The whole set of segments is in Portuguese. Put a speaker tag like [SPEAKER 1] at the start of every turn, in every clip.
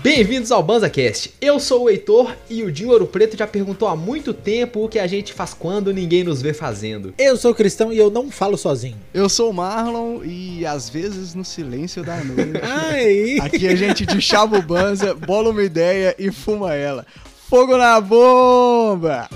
[SPEAKER 1] Bem-vindos ao BanzaCast. Eu sou o Heitor e o Dinho Ouro Preto já perguntou há muito tempo o que a gente faz quando ninguém nos vê fazendo.
[SPEAKER 2] Eu sou cristão e eu não falo sozinho.
[SPEAKER 3] Eu sou o Marlon e às vezes no silêncio da noite.
[SPEAKER 2] Aí!
[SPEAKER 3] Aqui a gente deschaba o Banza, bola uma ideia e fuma ela. Fogo na bomba!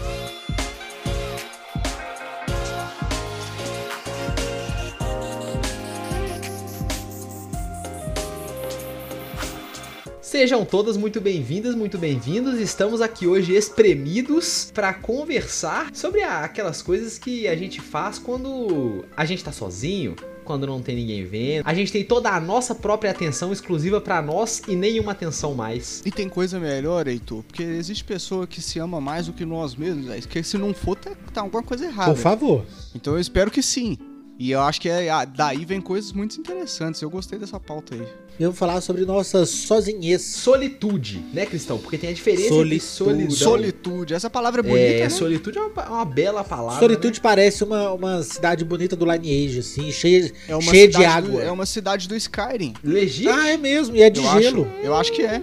[SPEAKER 1] Sejam todas muito bem-vindas, muito bem-vindos. Estamos aqui hoje espremidos para conversar sobre a- aquelas coisas que a gente faz quando a gente tá sozinho, quando não tem ninguém vendo. A gente tem toda a nossa própria atenção exclusiva para nós e nenhuma atenção mais.
[SPEAKER 3] E tem coisa melhor, Heitor, porque existe pessoa que se ama mais do que nós mesmos, aí que se não for, tá, tá alguma coisa errada.
[SPEAKER 2] Por favor.
[SPEAKER 3] Então eu espero que sim. E eu acho que é, ah, daí vem coisas muito interessantes. Eu gostei dessa pauta aí.
[SPEAKER 2] Eu vou falar sobre nossa sozinhez.
[SPEAKER 1] Solitude, né, Cristão? Porque tem a diferença entre
[SPEAKER 2] Solitude.
[SPEAKER 1] solidão.
[SPEAKER 3] Solitude, essa palavra é bonita,
[SPEAKER 1] É,
[SPEAKER 3] né?
[SPEAKER 1] solitude é uma, uma bela palavra.
[SPEAKER 2] Solitude parece uma, uma cidade bonita do Lineage, assim, cheia,
[SPEAKER 3] É uma
[SPEAKER 2] cheia de
[SPEAKER 3] cidade
[SPEAKER 2] água.
[SPEAKER 3] Do, é uma cidade do Skyrim.
[SPEAKER 1] Né? Legítimo.
[SPEAKER 2] Ah, é mesmo, e é de
[SPEAKER 3] eu
[SPEAKER 2] gelo.
[SPEAKER 3] Acho, eu acho que é.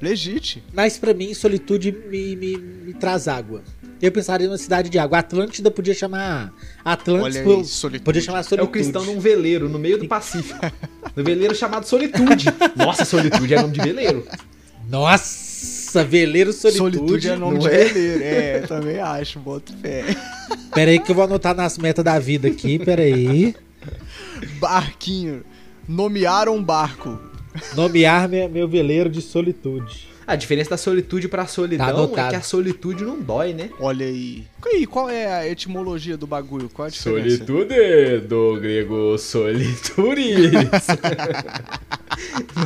[SPEAKER 3] Legite.
[SPEAKER 2] Mas pra mim, solitude me, me- me traz água. Eu pensaria numa cidade de água. Atlântida podia chamar Atlântida.
[SPEAKER 3] Olha aí, solitude.
[SPEAKER 2] podia chamar
[SPEAKER 1] É
[SPEAKER 2] solitude.
[SPEAKER 1] o cristão num veleiro, no meio do Pacífico. No veleiro chamado Solitude. Nossa, Solitude é nome de veleiro.
[SPEAKER 2] Nossa, veleiro solitude.
[SPEAKER 3] Solitude é nome
[SPEAKER 2] Não
[SPEAKER 3] de
[SPEAKER 2] é?
[SPEAKER 3] veleiro. É, também acho, boto fé.
[SPEAKER 2] Pera aí que eu vou anotar nas metas da vida aqui, pera aí.
[SPEAKER 3] Barquinho. Nomearam um barco.
[SPEAKER 2] Nomear meu, meu veleiro de solitude.
[SPEAKER 1] A diferença da solitude pra
[SPEAKER 2] Tá
[SPEAKER 1] solidão
[SPEAKER 2] anotado.
[SPEAKER 1] é que a solitude não dói, né?
[SPEAKER 3] Olha aí. E qual é a etimologia do bagulho? Qual a diferença?
[SPEAKER 1] do grego solituris.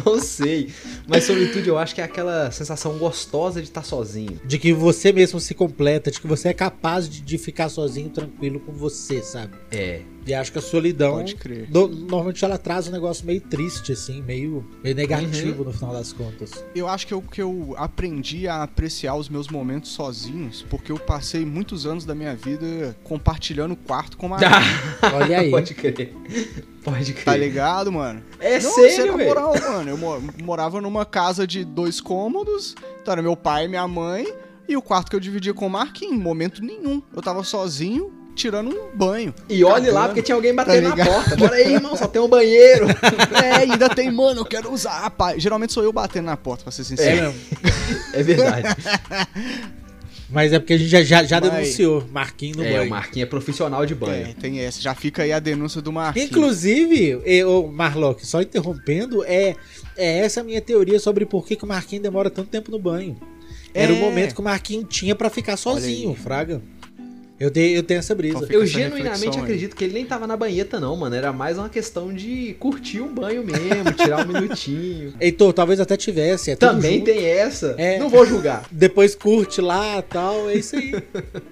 [SPEAKER 1] não sei. Mas solitude eu acho que é aquela sensação gostosa de estar sozinho.
[SPEAKER 2] De que você mesmo se completa, de que você é capaz de, de ficar sozinho, tranquilo com você, sabe?
[SPEAKER 1] É.
[SPEAKER 2] E acho que a solidão.
[SPEAKER 3] Pode crer.
[SPEAKER 2] no- normalmente ela traz um negócio meio triste, assim, meio, meio negativo
[SPEAKER 3] Uhum.
[SPEAKER 2] no final das contas.
[SPEAKER 3] Eu acho que eu, que eu aprendi a apreciar os meus momentos sozinhos, porque eu passei muitos anos da minha vida compartilhando o quarto com uma.
[SPEAKER 2] Ah, Olha aí.
[SPEAKER 1] Pode crer. Pode crer.
[SPEAKER 3] tá ligado, mano?
[SPEAKER 1] É
[SPEAKER 3] Não, sério,
[SPEAKER 2] tá
[SPEAKER 1] sério,
[SPEAKER 3] na
[SPEAKER 1] velho.
[SPEAKER 3] moral, mano. Eu mo- morava numa casa de dois cômodos. Então era meu pai, minha mãe e o quarto que eu dividia com o Marquinhos. em Momento nenhum. Eu tava sozinho, tirando um banho.
[SPEAKER 1] E olhe lá
[SPEAKER 3] Cagando.
[SPEAKER 1] porque tinha alguém batendo
[SPEAKER 3] Tá
[SPEAKER 1] na
[SPEAKER 3] ligado?
[SPEAKER 1] porta. Bora aí, irmão, só tem um banheiro.
[SPEAKER 3] é, ainda tem, mano, eu quero usar. Pai. Geralmente sou eu batendo na porta, pra ser
[SPEAKER 2] É
[SPEAKER 3] sincero.
[SPEAKER 2] mesmo.
[SPEAKER 1] É verdade.
[SPEAKER 2] Mas é porque a gente já, já, já
[SPEAKER 3] Mas-
[SPEAKER 2] denunciou Marquinhos no
[SPEAKER 1] é, o
[SPEAKER 2] banho.
[SPEAKER 1] Marquinhos é profissional de banho.
[SPEAKER 3] É, tem essa. Já fica aí a denúncia do Marquinhos.
[SPEAKER 2] Inclusive, eu, Marlock, só interrompendo, é, é essa a minha teoria sobre por que, que o Marquinhos demora tanto tempo no banho. Era
[SPEAKER 3] É.
[SPEAKER 2] o momento que o Marquinhos tinha pra ficar sozinho,
[SPEAKER 3] aí.
[SPEAKER 2] Fraga. Eu, te- eu tenho essa brisa.
[SPEAKER 3] Fica
[SPEAKER 1] Eu
[SPEAKER 3] essa
[SPEAKER 1] genuinamente
[SPEAKER 3] reflexão aí.
[SPEAKER 1] acredito que ele nem tava na banheta, não, mano. Era mais uma questão de curtir um banho mesmo, tirar um minutinho.
[SPEAKER 2] Heitor, talvez até tivesse. é tudo
[SPEAKER 1] Também
[SPEAKER 2] junto.
[SPEAKER 1] tem essa.
[SPEAKER 2] É.
[SPEAKER 1] Não vou julgar.
[SPEAKER 2] Depois curte lá tal, é isso aí.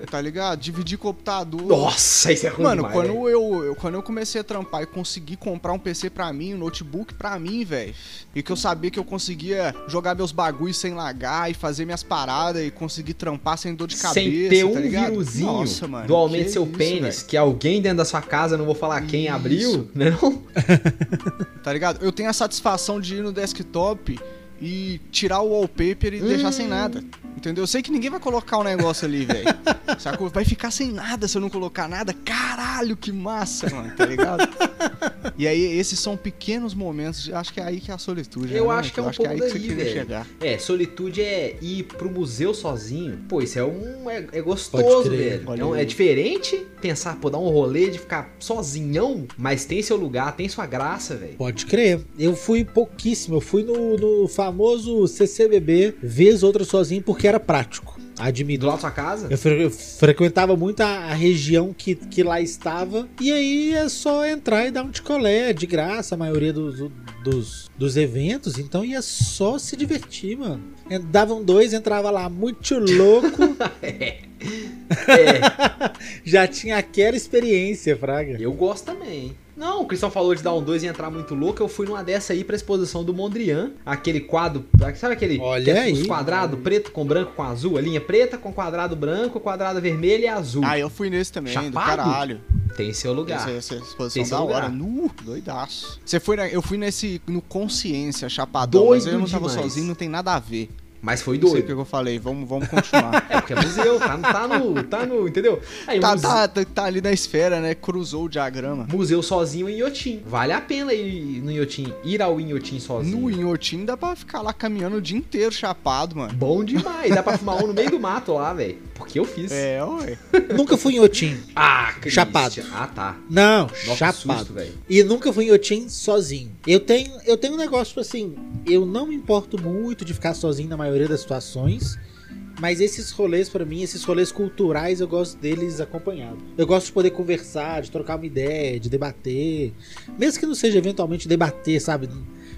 [SPEAKER 3] Tá ligado? Dividir computador.
[SPEAKER 1] Nossa, isso é ruim.
[SPEAKER 3] Mano,
[SPEAKER 1] demais, velho.
[SPEAKER 3] quando um eu, eu- quando eu comecei a trampar e consegui comprar um PC pra mim, um notebook pra mim, velho, e que eu sabia que eu conseguia jogar meus bagulhos sem lagar e fazer minhas paradas e conseguir trampar sem dor de cabeça,
[SPEAKER 1] Sem ter um
[SPEAKER 3] tá ligado?
[SPEAKER 1] vírusinho
[SPEAKER 3] Nossa, mano,
[SPEAKER 1] do aumente
[SPEAKER 3] que
[SPEAKER 1] seu
[SPEAKER 3] isso,
[SPEAKER 1] pênis, que alguém dentro da sua casa, não vou falar quem,
[SPEAKER 3] Isso.
[SPEAKER 1] abriu, né não?
[SPEAKER 3] velho, tá ligado? Eu tenho a satisfação de ir no desktop e tirar o wallpaper e deixar sem nada. Entendeu? Eu sei que ninguém vai colocar o negócio ali, velho. Sacou? Vai ficar sem nada se eu não colocar nada. Caralho, que massa, mano, tá ligado? E aí, esses são pequenos momentos. de- Acho que é aí que é a solitude.
[SPEAKER 1] Eu
[SPEAKER 3] né,
[SPEAKER 1] acho que é um pouco
[SPEAKER 3] aí que
[SPEAKER 1] daí,
[SPEAKER 3] você queria
[SPEAKER 1] velho.
[SPEAKER 3] chegar.
[SPEAKER 1] É, solitude é ir pro museu sozinho. Pô, isso é um. É, é
[SPEAKER 2] Pode
[SPEAKER 1] gostoso,
[SPEAKER 2] crer,
[SPEAKER 1] velho.
[SPEAKER 3] olha
[SPEAKER 1] É, um- é
[SPEAKER 3] aí.
[SPEAKER 1] diferente pensar, pô, dar um rolê de ficar sozinhão, mas tem seu lugar, tem sua graça, velho.
[SPEAKER 2] Pode crer. Eu fui pouquíssimo. Eu fui no, no famoso CCBB, vez outra sozinho, porque era prático.
[SPEAKER 1] E do
[SPEAKER 2] Admito.
[SPEAKER 1] lado da sua casa?
[SPEAKER 2] Eu, fre- eu frequentava muito a, a região que, que lá estava. E aí é só entrar e dar um ticolé, de graça, a maioria dos, dos, dos eventos. Então ia só se divertir, mano. É, Davam dois, entrava lá muito louco.
[SPEAKER 1] É,
[SPEAKER 2] já tinha aquela experiência, Fraga.
[SPEAKER 1] eu gosto também. Não, o Cristão falou de dar um 2 e entrar muito louco. Eu fui numa dessa aí pra exposição do Mondrian. Aquele quadro. Sabe aquele.
[SPEAKER 2] Olha
[SPEAKER 1] que é
[SPEAKER 2] aí.
[SPEAKER 1] Os quadrado preto com branco com azul. A linha preta com quadrado branco, quadrado vermelho e azul.
[SPEAKER 3] Ah, eu fui nesse também, do
[SPEAKER 1] Chapado?
[SPEAKER 3] caralho.
[SPEAKER 1] Tem seu lugar.
[SPEAKER 3] Essa, essa exposição
[SPEAKER 1] Esse
[SPEAKER 3] da
[SPEAKER 1] lugar.
[SPEAKER 3] hora. Nu, doidaço. Você foi na- eu fui nesse. No Consciência, Chapadão.
[SPEAKER 1] Doido
[SPEAKER 3] mas eu não tava
[SPEAKER 1] demais.
[SPEAKER 3] sozinho, não tem nada a ver.
[SPEAKER 1] Mas foi
[SPEAKER 3] Não sei o
[SPEAKER 1] doido.
[SPEAKER 3] que eu falei. Vamos, vamos continuar.
[SPEAKER 1] É porque é museu, tá, tá no. Tá no. Entendeu? Aí,
[SPEAKER 3] tá,
[SPEAKER 1] museu,
[SPEAKER 3] tá, tá, tá ali na esfera, né? Cruzou o diagrama.
[SPEAKER 1] museu sozinho em Inhotim. Vale a pena ir no Inhotim, ir ao Inhotim sozinho.
[SPEAKER 3] No Inhotim dá pra ficar lá caminhando o dia inteiro chapado, mano.
[SPEAKER 1] Bom demais, dá pra fumar um no meio do mato lá, velho. Porque eu fiz.
[SPEAKER 3] É, ué.
[SPEAKER 2] Nunca fui em Otim.
[SPEAKER 1] Ah, Christian.
[SPEAKER 2] Chapado.
[SPEAKER 1] Ah, tá.
[SPEAKER 2] Não,
[SPEAKER 1] Nossa,
[SPEAKER 2] chapado.
[SPEAKER 1] chapado. velho.
[SPEAKER 2] E nunca fui em Otim sozinho. Eu tenho, eu tenho um negócio assim, eu não me importo muito de ficar sozinho na maioria das situações, mas esses rolês pra mim, esses rolês culturais, eu gosto deles acompanhados. Eu gosto de poder conversar, de trocar uma ideia, de debater, mesmo que não seja eventualmente debater, sabe?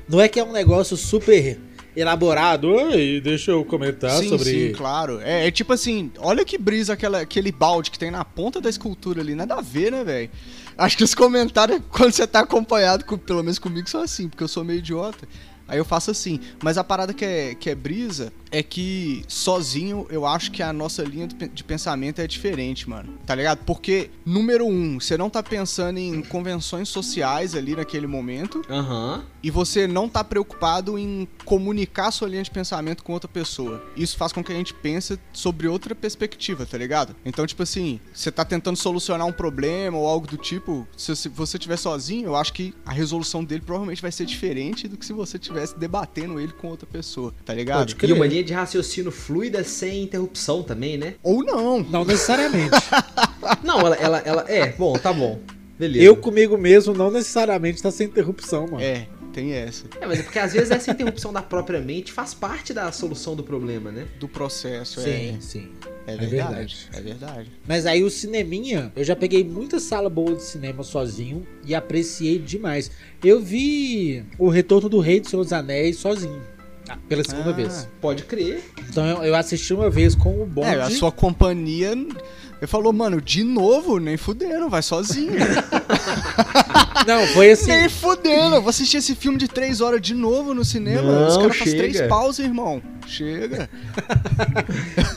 [SPEAKER 2] Não é que é um negócio super elaborado. Oi, deixa eu comentar
[SPEAKER 3] sim,
[SPEAKER 2] sobre
[SPEAKER 3] sim, claro. É, é tipo assim, olha que brisa aquela, aquele balde que tem na ponta da escultura ali. Nada a ver, né, velho? Acho que os comentários, quando você tá acompanhado, com- pelo menos comigo, são assim, porque eu sou meio idiota. Aí eu faço assim. Mas a parada que é, que é brisa é que sozinho eu acho que a nossa linha do pe- de pensamento é diferente, mano. Tá ligado? Porque, número um, você não tá pensando em convenções sociais ali naquele momento
[SPEAKER 1] Aham.
[SPEAKER 3] e você não tá preocupado em comunicar sua linha de pensamento com outra pessoa. Isso faz com que a gente pense sobre outra perspectiva, tá ligado? Então, tipo assim, você tá tentando solucionar um problema ou algo do tipo, se se você estiver sozinho, eu acho que a resolução dele provavelmente vai ser diferente do que se você estivesse debatendo ele com outra pessoa, tá ligado?
[SPEAKER 2] Pode
[SPEAKER 1] E
[SPEAKER 2] crer.
[SPEAKER 1] uma linha de raciocínio fluida sem interrupção também, né?
[SPEAKER 3] Ou não.
[SPEAKER 2] Não necessariamente.
[SPEAKER 1] Não, ela, ela, ela. É, bom, tá bom. Beleza.
[SPEAKER 2] eu comigo mesmo não necessariamente tá sem interrupção, mano.
[SPEAKER 3] É, tem essa.
[SPEAKER 1] É, mas é porque às vezes essa interrupção da própria mente faz parte da solução do problema, né?
[SPEAKER 3] Do processo,
[SPEAKER 2] sim, sim.
[SPEAKER 3] é. É
[SPEAKER 2] é
[SPEAKER 3] verdade.
[SPEAKER 2] verdade.
[SPEAKER 3] É verdade.
[SPEAKER 2] Mas aí o cineminha, eu já peguei muita sala boa de cinema sozinho e apreciei demais. Eu vi O Retorno do Rei do Senhor dos Anéis sozinho. ah, Pela segunda
[SPEAKER 3] Ah.
[SPEAKER 2] vez.
[SPEAKER 1] Pode crer.
[SPEAKER 2] Então eu, eu assisti uma vez com o Bond.
[SPEAKER 3] É, a sua companhia. Ele falou, mano, de novo, nem fuderam, vai sozinho.
[SPEAKER 2] Não, foi assim.
[SPEAKER 3] Nem fudendo, eu vou assistir esse filme de três horas de novo no cinema.
[SPEAKER 1] Não,
[SPEAKER 3] Os caras fazem
[SPEAKER 1] chega.
[SPEAKER 3] três pausas, irmão. Chega.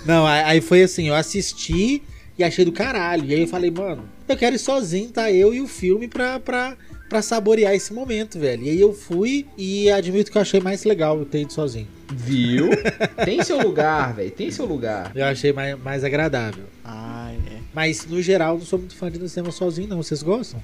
[SPEAKER 2] Não, aí aí foi assim, eu assisti e achei do caralho. E aí eu falei, mano, eu quero ir sozinho, tá? Eu e o filme pra, pra, pra saborear esse momento, velho. E aí eu fui e admito que eu achei mais legal eu ter ido sozinho.
[SPEAKER 1] Viu? Tem seu lugar, velho. Tem seu lugar.
[SPEAKER 2] Eu achei mais, mais agradável.
[SPEAKER 3] Ah, é.
[SPEAKER 2] Mas no geral, eu não sou muito fã de ir no cinema sozinho, não. Vocês gostam?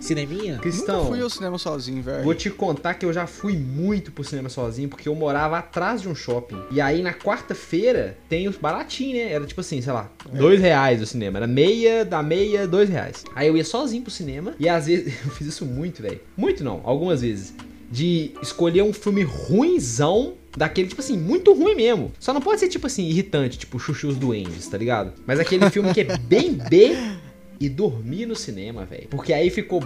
[SPEAKER 2] Cineminha?
[SPEAKER 1] Cristão,
[SPEAKER 3] Nunca fui ao cinema sozinho, velho.
[SPEAKER 1] vou te contar que eu já fui muito pro cinema sozinho, porque eu morava atrás de um shopping. E aí na quarta-feira tem os baratinhos, né? Era tipo assim, sei lá,
[SPEAKER 3] É.
[SPEAKER 1] dois reais o cinema. Era meia, da meia, dois reais. Aí eu ia sozinho pro cinema e às vezes. Eu fiz isso muito, velho. Muito não, algumas vezes. De escolher um filme ruinzão. Daquele, tipo assim, muito ruim mesmo. Só não pode ser, tipo assim, irritante, tipo Chuchus Duendes, tá ligado? Mas aquele filme que é bem B e dormir no cinema, velho. Porque aí ficou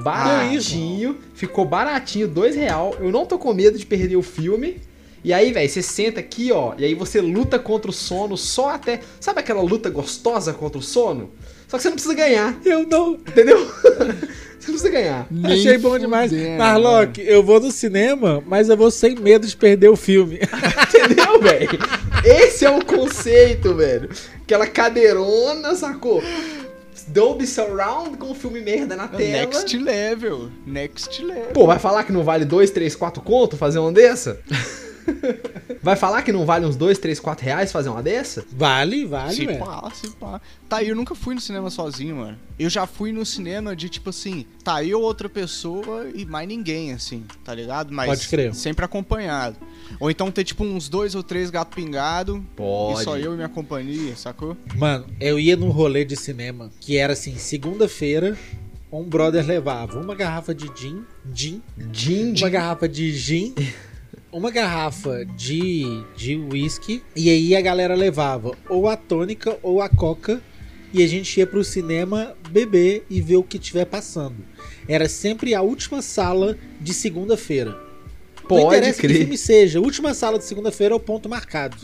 [SPEAKER 1] baratinho, ficou baratinho, dois real. Eu não tô com medo de perder o filme. E aí, velho, você senta aqui, ó, e aí você luta contra o sono só até. Sabe aquela luta gostosa contra o sono? Só que você não precisa ganhar,
[SPEAKER 2] Eu não.
[SPEAKER 1] entendeu? você não precisa ganhar.
[SPEAKER 3] Nem
[SPEAKER 2] achei bom demais.
[SPEAKER 3] fudendo, mano.
[SPEAKER 2] Marlock, eu vou no cinema, mas eu vou sem medo de perder o filme.
[SPEAKER 1] Entendeu, velho? Esse é o conceito, velho. Aquela cadeirona, sacou? Dolby Surround com o filme merda na tela.
[SPEAKER 3] Next level. Next level.
[SPEAKER 1] Pô, vai falar que não vale 2, 3, 4 conto fazer uma dessa? vai falar que não vale uns 2, 3, 4 reais fazer uma dessa?
[SPEAKER 2] Vale, vale,
[SPEAKER 3] se
[SPEAKER 2] velho.
[SPEAKER 3] pá, se pá. Tá, aí eu nunca fui no cinema sozinho, mano. Eu já fui no cinema de tipo assim, tá eu, outra pessoa e mais ninguém, assim, tá ligado? Mas
[SPEAKER 2] Pode crer.
[SPEAKER 3] sempre acompanhado. Ou então ter tipo uns dois ou três gato pingado e só eu e minha companhia, sacou?
[SPEAKER 2] Mano, eu ia num rolê de cinema que era assim, segunda-feira, um brother levava uma garrafa de gin, gin,
[SPEAKER 1] Gin,
[SPEAKER 2] uma
[SPEAKER 1] gin.
[SPEAKER 2] garrafa de gin, uma garrafa de de whisky, e aí a galera levava ou a tônica ou a coca, e a gente ia pro cinema beber e ver o que tiver passando. Era sempre a última sala de segunda-feira. não
[SPEAKER 1] Pode
[SPEAKER 2] interessa que
[SPEAKER 1] crer.
[SPEAKER 2] filme seja, última sala de segunda-feira é o ponto marcado.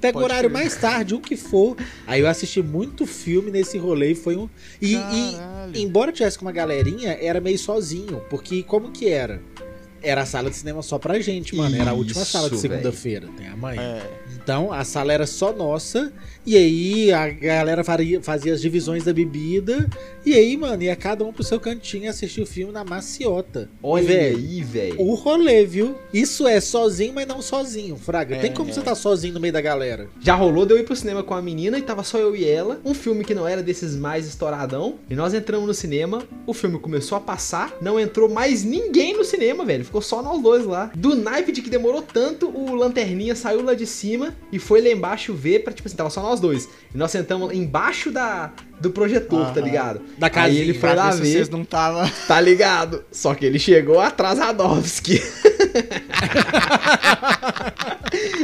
[SPEAKER 2] Pega o
[SPEAKER 3] Pode
[SPEAKER 2] horário
[SPEAKER 3] crer.
[SPEAKER 2] mais tarde, o que for. Aí eu assisti muito filme nesse rolê e foi um. E, e
[SPEAKER 3] Caralho.
[SPEAKER 2] embora eu tivesse com uma galerinha, era meio sozinho. Porque como que era? Era a sala de cinema só pra gente, mano. era a última
[SPEAKER 1] Isso,
[SPEAKER 2] sala de
[SPEAKER 1] velho.
[SPEAKER 2] segunda-feira, tem amanhã.
[SPEAKER 3] É.
[SPEAKER 2] Então, a sala era só nossa, e aí a galera faria- fazia as divisões da bebida, e aí, mano, ia cada um pro seu cantinho assistir o filme na maciota.
[SPEAKER 1] Olha
[SPEAKER 2] Véi,
[SPEAKER 1] aí, velho.
[SPEAKER 2] O rolê, viu? Isso é sozinho, mas não sozinho, Fraga. tem
[SPEAKER 3] É,
[SPEAKER 2] como
[SPEAKER 3] é.
[SPEAKER 2] você tá sozinho no meio da galera?
[SPEAKER 1] Já rolou de eu ir pro cinema com a menina e tava só eu e ela. Um filme que não era desses mais estouradão. E nós entramos no cinema, o filme começou a passar, não entrou mais ninguém no cinema, velho. Ficou só nós dois lá. Do naipe de que demorou tanto, o lanterninha saiu lá de cima e foi lá embaixo ver pra, tipo assim, tava só nós dois. E nós sentamos embaixo da, do projetor, tá
[SPEAKER 3] Aham.
[SPEAKER 1] ligado?
[SPEAKER 2] Da casinha.
[SPEAKER 1] ele foi- Vai lá
[SPEAKER 3] ver
[SPEAKER 1] ver.
[SPEAKER 3] se vocês não tava.
[SPEAKER 1] Tá ligado? Só que ele chegou atrasadovski.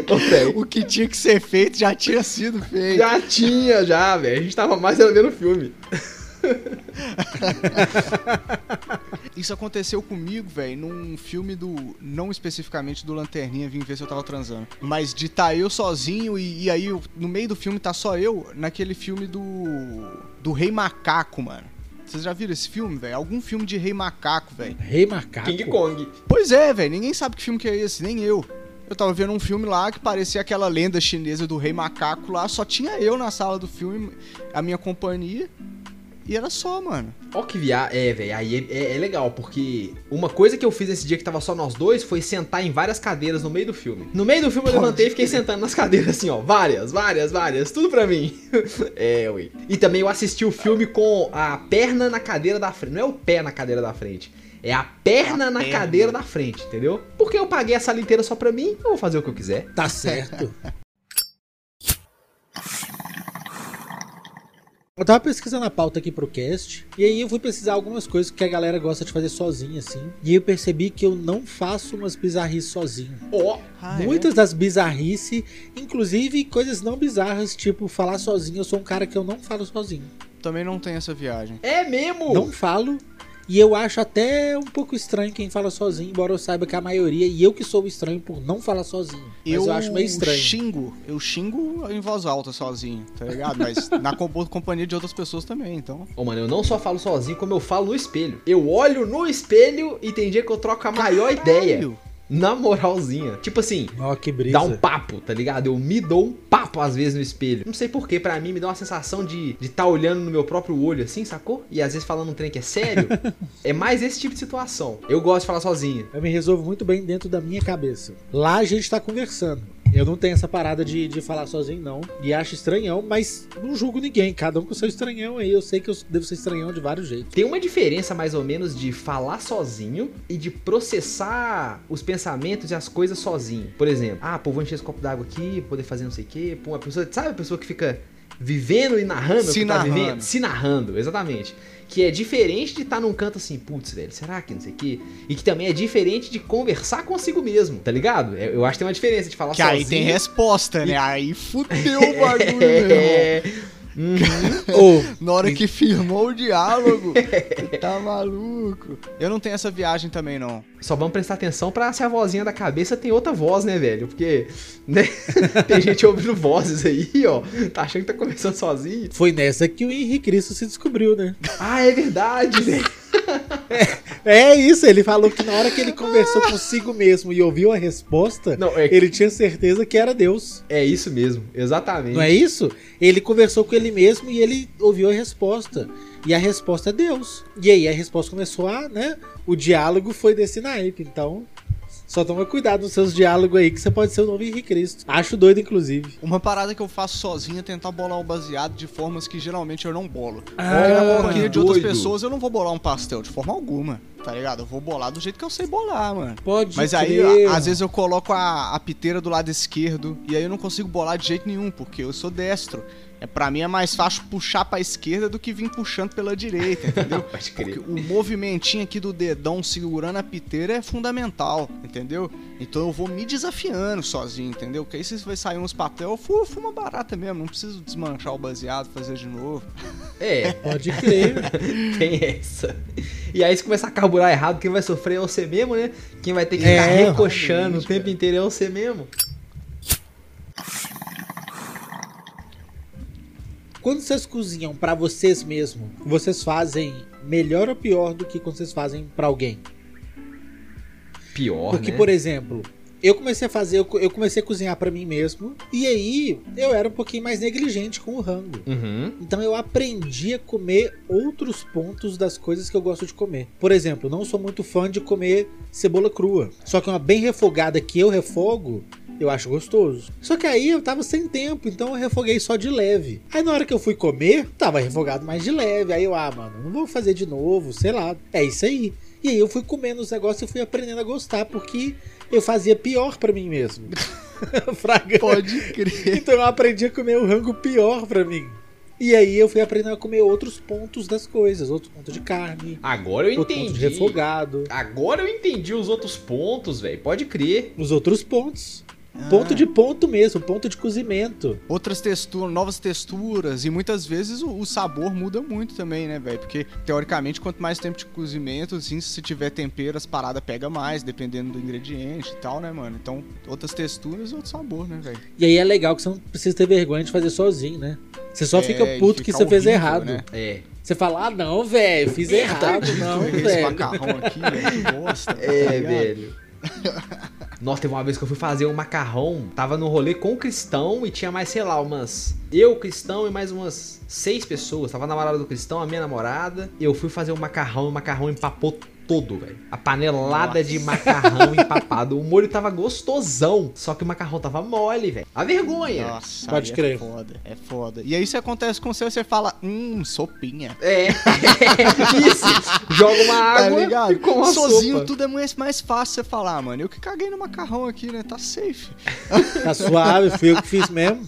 [SPEAKER 1] Ô, velho.
[SPEAKER 3] O que tinha que ser feito já tinha sido feito.
[SPEAKER 1] Já tinha, já, velho. A gente tava mais era vendo o filme.
[SPEAKER 3] Isso aconteceu comigo, velho, num filme do. Não especificamente do Lanterninha, vim ver se eu tava transando. Mas de tá eu sozinho e, e aí eu- no meio do filme tá só eu, naquele filme do. Do Rei Macaco, mano. Vocês já viram esse filme, velho? Algum filme de Rei Macaco, velho.
[SPEAKER 2] Rei Macaco.
[SPEAKER 1] King Kong.
[SPEAKER 3] Pois é, velho, ninguém sabe que filme que é esse, nem eu. Eu tava vendo um filme lá que parecia aquela lenda chinesa do Rei Macaco lá, só tinha eu na sala do filme, a minha companhia. E era só, mano.
[SPEAKER 1] Ó que via... É, velho, aí é, é- é legal, porque uma coisa que eu fiz nesse dia que tava só nós dois foi sentar em várias cadeiras no meio do filme. No meio do filme eu
[SPEAKER 3] Pode
[SPEAKER 1] levantei e fiquei sentando nas cadeiras assim, ó. Várias, várias, várias. Tudo pra mim. é, ui. E também eu assisti o filme com a perna na cadeira da frente. Não é o pé na cadeira da frente. É a perna
[SPEAKER 3] A
[SPEAKER 1] na
[SPEAKER 3] perna.
[SPEAKER 1] cadeira da frente, entendeu? Porque eu paguei a sala inteira só pra mim, eu vou fazer o que eu quiser.
[SPEAKER 2] Tá certo. Eu tava pesquisando a pauta aqui pro cast, e aí eu fui pesquisar algumas coisas que a galera gosta de fazer sozinha, assim. E aí eu percebi que eu não faço umas bizarrices sozinho.
[SPEAKER 1] Ó,
[SPEAKER 3] Ah, é.
[SPEAKER 2] Muitas das bizarrices, inclusive coisas não bizarras, tipo falar sozinho, eu sou um cara que eu não falo sozinho.
[SPEAKER 3] Também não tem essa viagem.
[SPEAKER 1] é mesmo!
[SPEAKER 2] Não falo. E eu acho até um pouco estranho quem fala sozinho, embora eu saiba que a maioria, e eu que sou o estranho por não falar sozinho. Mas eu, acho meio estranho.
[SPEAKER 3] xingo, eu xingo em voz alta sozinho, tá ligado? Mas na compo- companhia de outras pessoas também, então.
[SPEAKER 1] Ô, mano, eu não só falo sozinho, como eu falo no espelho. Eu olho no espelho e tem dia que eu troco a maior ideia.
[SPEAKER 3] Caralho!
[SPEAKER 1] Na moralzinha. Tipo assim,
[SPEAKER 2] Ó, que brisa.
[SPEAKER 1] dá um papo, tá ligado? Eu me dou um papo às vezes no espelho. Não sei porquê, pra mim me dá uma sensação de de tá olhando no meu próprio olho assim, sacou? E às vezes falando um trem que é sério. é mais esse tipo de situação. Eu gosto de falar sozinho.
[SPEAKER 2] Eu me resolvo muito bem dentro da minha cabeça. Lá a gente tá conversando. Eu não tenho essa parada de, de falar sozinho, não. E acho estranhão, mas não julgo ninguém. Cada um com seu estranhão aí. Eu sei que eu devo ser estranhão de vários jeitos.
[SPEAKER 1] Tem uma diferença mais ou menos de falar sozinho e de processar os pensamentos e as coisas sozinho. Por exemplo, ah, pô, vou encher esse copo d'água aqui, vou poder fazer não sei o quê. Pô, a pessoa, sabe a pessoa que fica vivendo e narrando o
[SPEAKER 3] Se
[SPEAKER 1] que tá
[SPEAKER 3] narrando.
[SPEAKER 1] vivendo? Se narrando, exatamente. Que é diferente de estar num canto assim, putz, velho, será que não sei o quê? E que também é diferente de conversar consigo mesmo, tá ligado? É, Eu acho que tem uma diferença de falar
[SPEAKER 3] Que
[SPEAKER 1] sozinho.
[SPEAKER 3] aí tem resposta, né? Aí fudeu o bagulho, meu irmão.
[SPEAKER 1] É,
[SPEAKER 2] Ou,
[SPEAKER 3] Na hora que firmou o diálogo, tá maluco. Eu não tenho essa viagem também, não.
[SPEAKER 1] Só vamos prestar atenção pra se a vozinha da cabeça tem outra voz, né, velho? Porque, né? tem gente ouvindo vozes aí, ó. Tá achando que tá conversando sozinho.
[SPEAKER 2] foi nessa que o Henrique Cristo se descobriu, né?
[SPEAKER 1] Ah, é verdade, né?
[SPEAKER 2] É isso, ele falou que na hora que ele conversou consigo mesmo e ouviu a resposta,
[SPEAKER 1] Não, é,
[SPEAKER 2] ele tinha certeza que era Deus.
[SPEAKER 1] é isso mesmo, exatamente.
[SPEAKER 2] Não é isso? Ele conversou com ele mesmo e ele ouviu a resposta. E a resposta é Deus. E aí a resposta começou a, né? O diálogo foi desse naipe. Então, só toma cuidado nos seus diálogos aí, que você pode ser o novo Henrique Cristo. Acho doido, inclusive.
[SPEAKER 3] Uma parada que eu faço sozinho é tentar bolar o baseado de formas que geralmente eu não bolo. Porque
[SPEAKER 1] Ah,
[SPEAKER 3] na companhia de outras
[SPEAKER 1] doido.
[SPEAKER 3] pessoas eu não vou bolar um pastel de forma alguma, tá ligado? Eu vou bolar do jeito que eu sei bolar, mano.
[SPEAKER 2] Pode
[SPEAKER 3] Mas aí,
[SPEAKER 2] crer.
[SPEAKER 3] a- às vezes eu coloco a, a piteira do lado esquerdo e aí eu não consigo bolar de jeito nenhum, porque eu sou destro. É, pra mim é mais fácil puxar pra esquerda do que vir puxando pela direita, entendeu?
[SPEAKER 1] Pode
[SPEAKER 3] Porque
[SPEAKER 1] crer.
[SPEAKER 3] o movimentinho aqui do dedão segurando a piteira é fundamental, entendeu? Então eu vou me desafiando sozinho, entendeu? Porque aí se vai sair uns papel, eu fumo, fumo barata mesmo, não preciso desmanchar o baseado, fazer de novo.
[SPEAKER 1] É,
[SPEAKER 2] Pode crer.
[SPEAKER 1] tem essa. E aí se começar a carburar errado, quem vai sofrer é você mesmo, né? Quem vai ter que ficar
[SPEAKER 2] É,
[SPEAKER 1] recochando o
[SPEAKER 3] realmente,
[SPEAKER 1] tempo inteiro é você mesmo.
[SPEAKER 2] quando vocês cozinham pra vocês mesmos, vocês fazem melhor ou pior do que quando vocês fazem pra alguém?
[SPEAKER 1] Pior,
[SPEAKER 2] Porque,
[SPEAKER 1] né?
[SPEAKER 2] por exemplo, eu comecei a fazer, eu co- eu comecei a cozinhar pra mim mesmo, e aí eu era um pouquinho mais negligente com o rango.
[SPEAKER 1] Uhum.
[SPEAKER 2] Então eu aprendi a comer outros pontos das coisas que eu gosto de comer. Por exemplo, não sou muito fã de comer cebola crua. Só que uma bem refogada que eu refogo, eu acho gostoso. Só que aí eu tava sem tempo, então eu refoguei só de leve. Aí na hora que eu fui comer, tava refogado mais de leve. Aí eu, ah, mano, não vou fazer de novo, sei lá. É isso aí. E aí eu fui comendo os negócios e fui aprendendo a gostar, porque eu fazia pior pra mim mesmo. Fraga.
[SPEAKER 3] Pode crer.
[SPEAKER 2] Então eu aprendi a comer o rango pior pra mim. E aí eu fui aprendendo a comer outros pontos das coisas, outro ponto de carne,
[SPEAKER 1] Agora eu
[SPEAKER 2] outro ponto de
[SPEAKER 1] entendi.
[SPEAKER 2] refogado,
[SPEAKER 1] Agora eu entendi os outros pontos, velho. Pode crer.
[SPEAKER 2] os outros pontos. Ponto
[SPEAKER 3] Ah,
[SPEAKER 2] de ponto mesmo, ponto de cozimento.
[SPEAKER 3] Outras texturas, novas texturas, e muitas vezes o, o sabor muda muito também, né, velho? Porque, teoricamente, quanto mais tempo de cozimento, assim, se tiver tempero, as paradas pega mais, dependendo do ingrediente e tal, né, mano? Então, outras texturas e outro sabor, né, velho?
[SPEAKER 2] E aí é legal que você não precisa ter vergonha de fazer sozinho, né? Você só
[SPEAKER 3] É,
[SPEAKER 2] fica
[SPEAKER 3] e
[SPEAKER 2] puto que
[SPEAKER 3] fica
[SPEAKER 2] você fez
[SPEAKER 3] horrível,
[SPEAKER 2] errado.
[SPEAKER 3] né?
[SPEAKER 1] É.
[SPEAKER 2] Você fala, ah não, velho, fiz errado, não,
[SPEAKER 3] Esse
[SPEAKER 2] velho.
[SPEAKER 3] macarrão aqui, velho, que bosta. tá
[SPEAKER 1] É,
[SPEAKER 3] ligado?
[SPEAKER 1] velho. Nossa, teve uma vez que eu fui fazer um macarrão, tava no rolê com o Cristão e tinha mais, sei lá, umas. Eu, Cristão e mais umas seis pessoas. Tava a namorada do Cristão, a minha namorada. Eu fui fazer um macarrão e o macarrão empapou todo, velho. A panelada de macarrão empapado. O molho tava gostosão, só que o macarrão tava mole, velho. A vergonha.
[SPEAKER 3] Nossa,
[SPEAKER 2] Pode
[SPEAKER 3] aí
[SPEAKER 2] crer.
[SPEAKER 3] É foda, é foda. E aí isso acontece com você, você fala, hum, sopinha.
[SPEAKER 1] É, isso. Joga uma água e com uma
[SPEAKER 3] Tá Sozinho
[SPEAKER 1] sopa.
[SPEAKER 3] tudo é mais, mais fácil você falar, mano. Eu que caguei no macarrão aqui, né? Tá safe.
[SPEAKER 2] Tá suave, fui eu que fiz mesmo.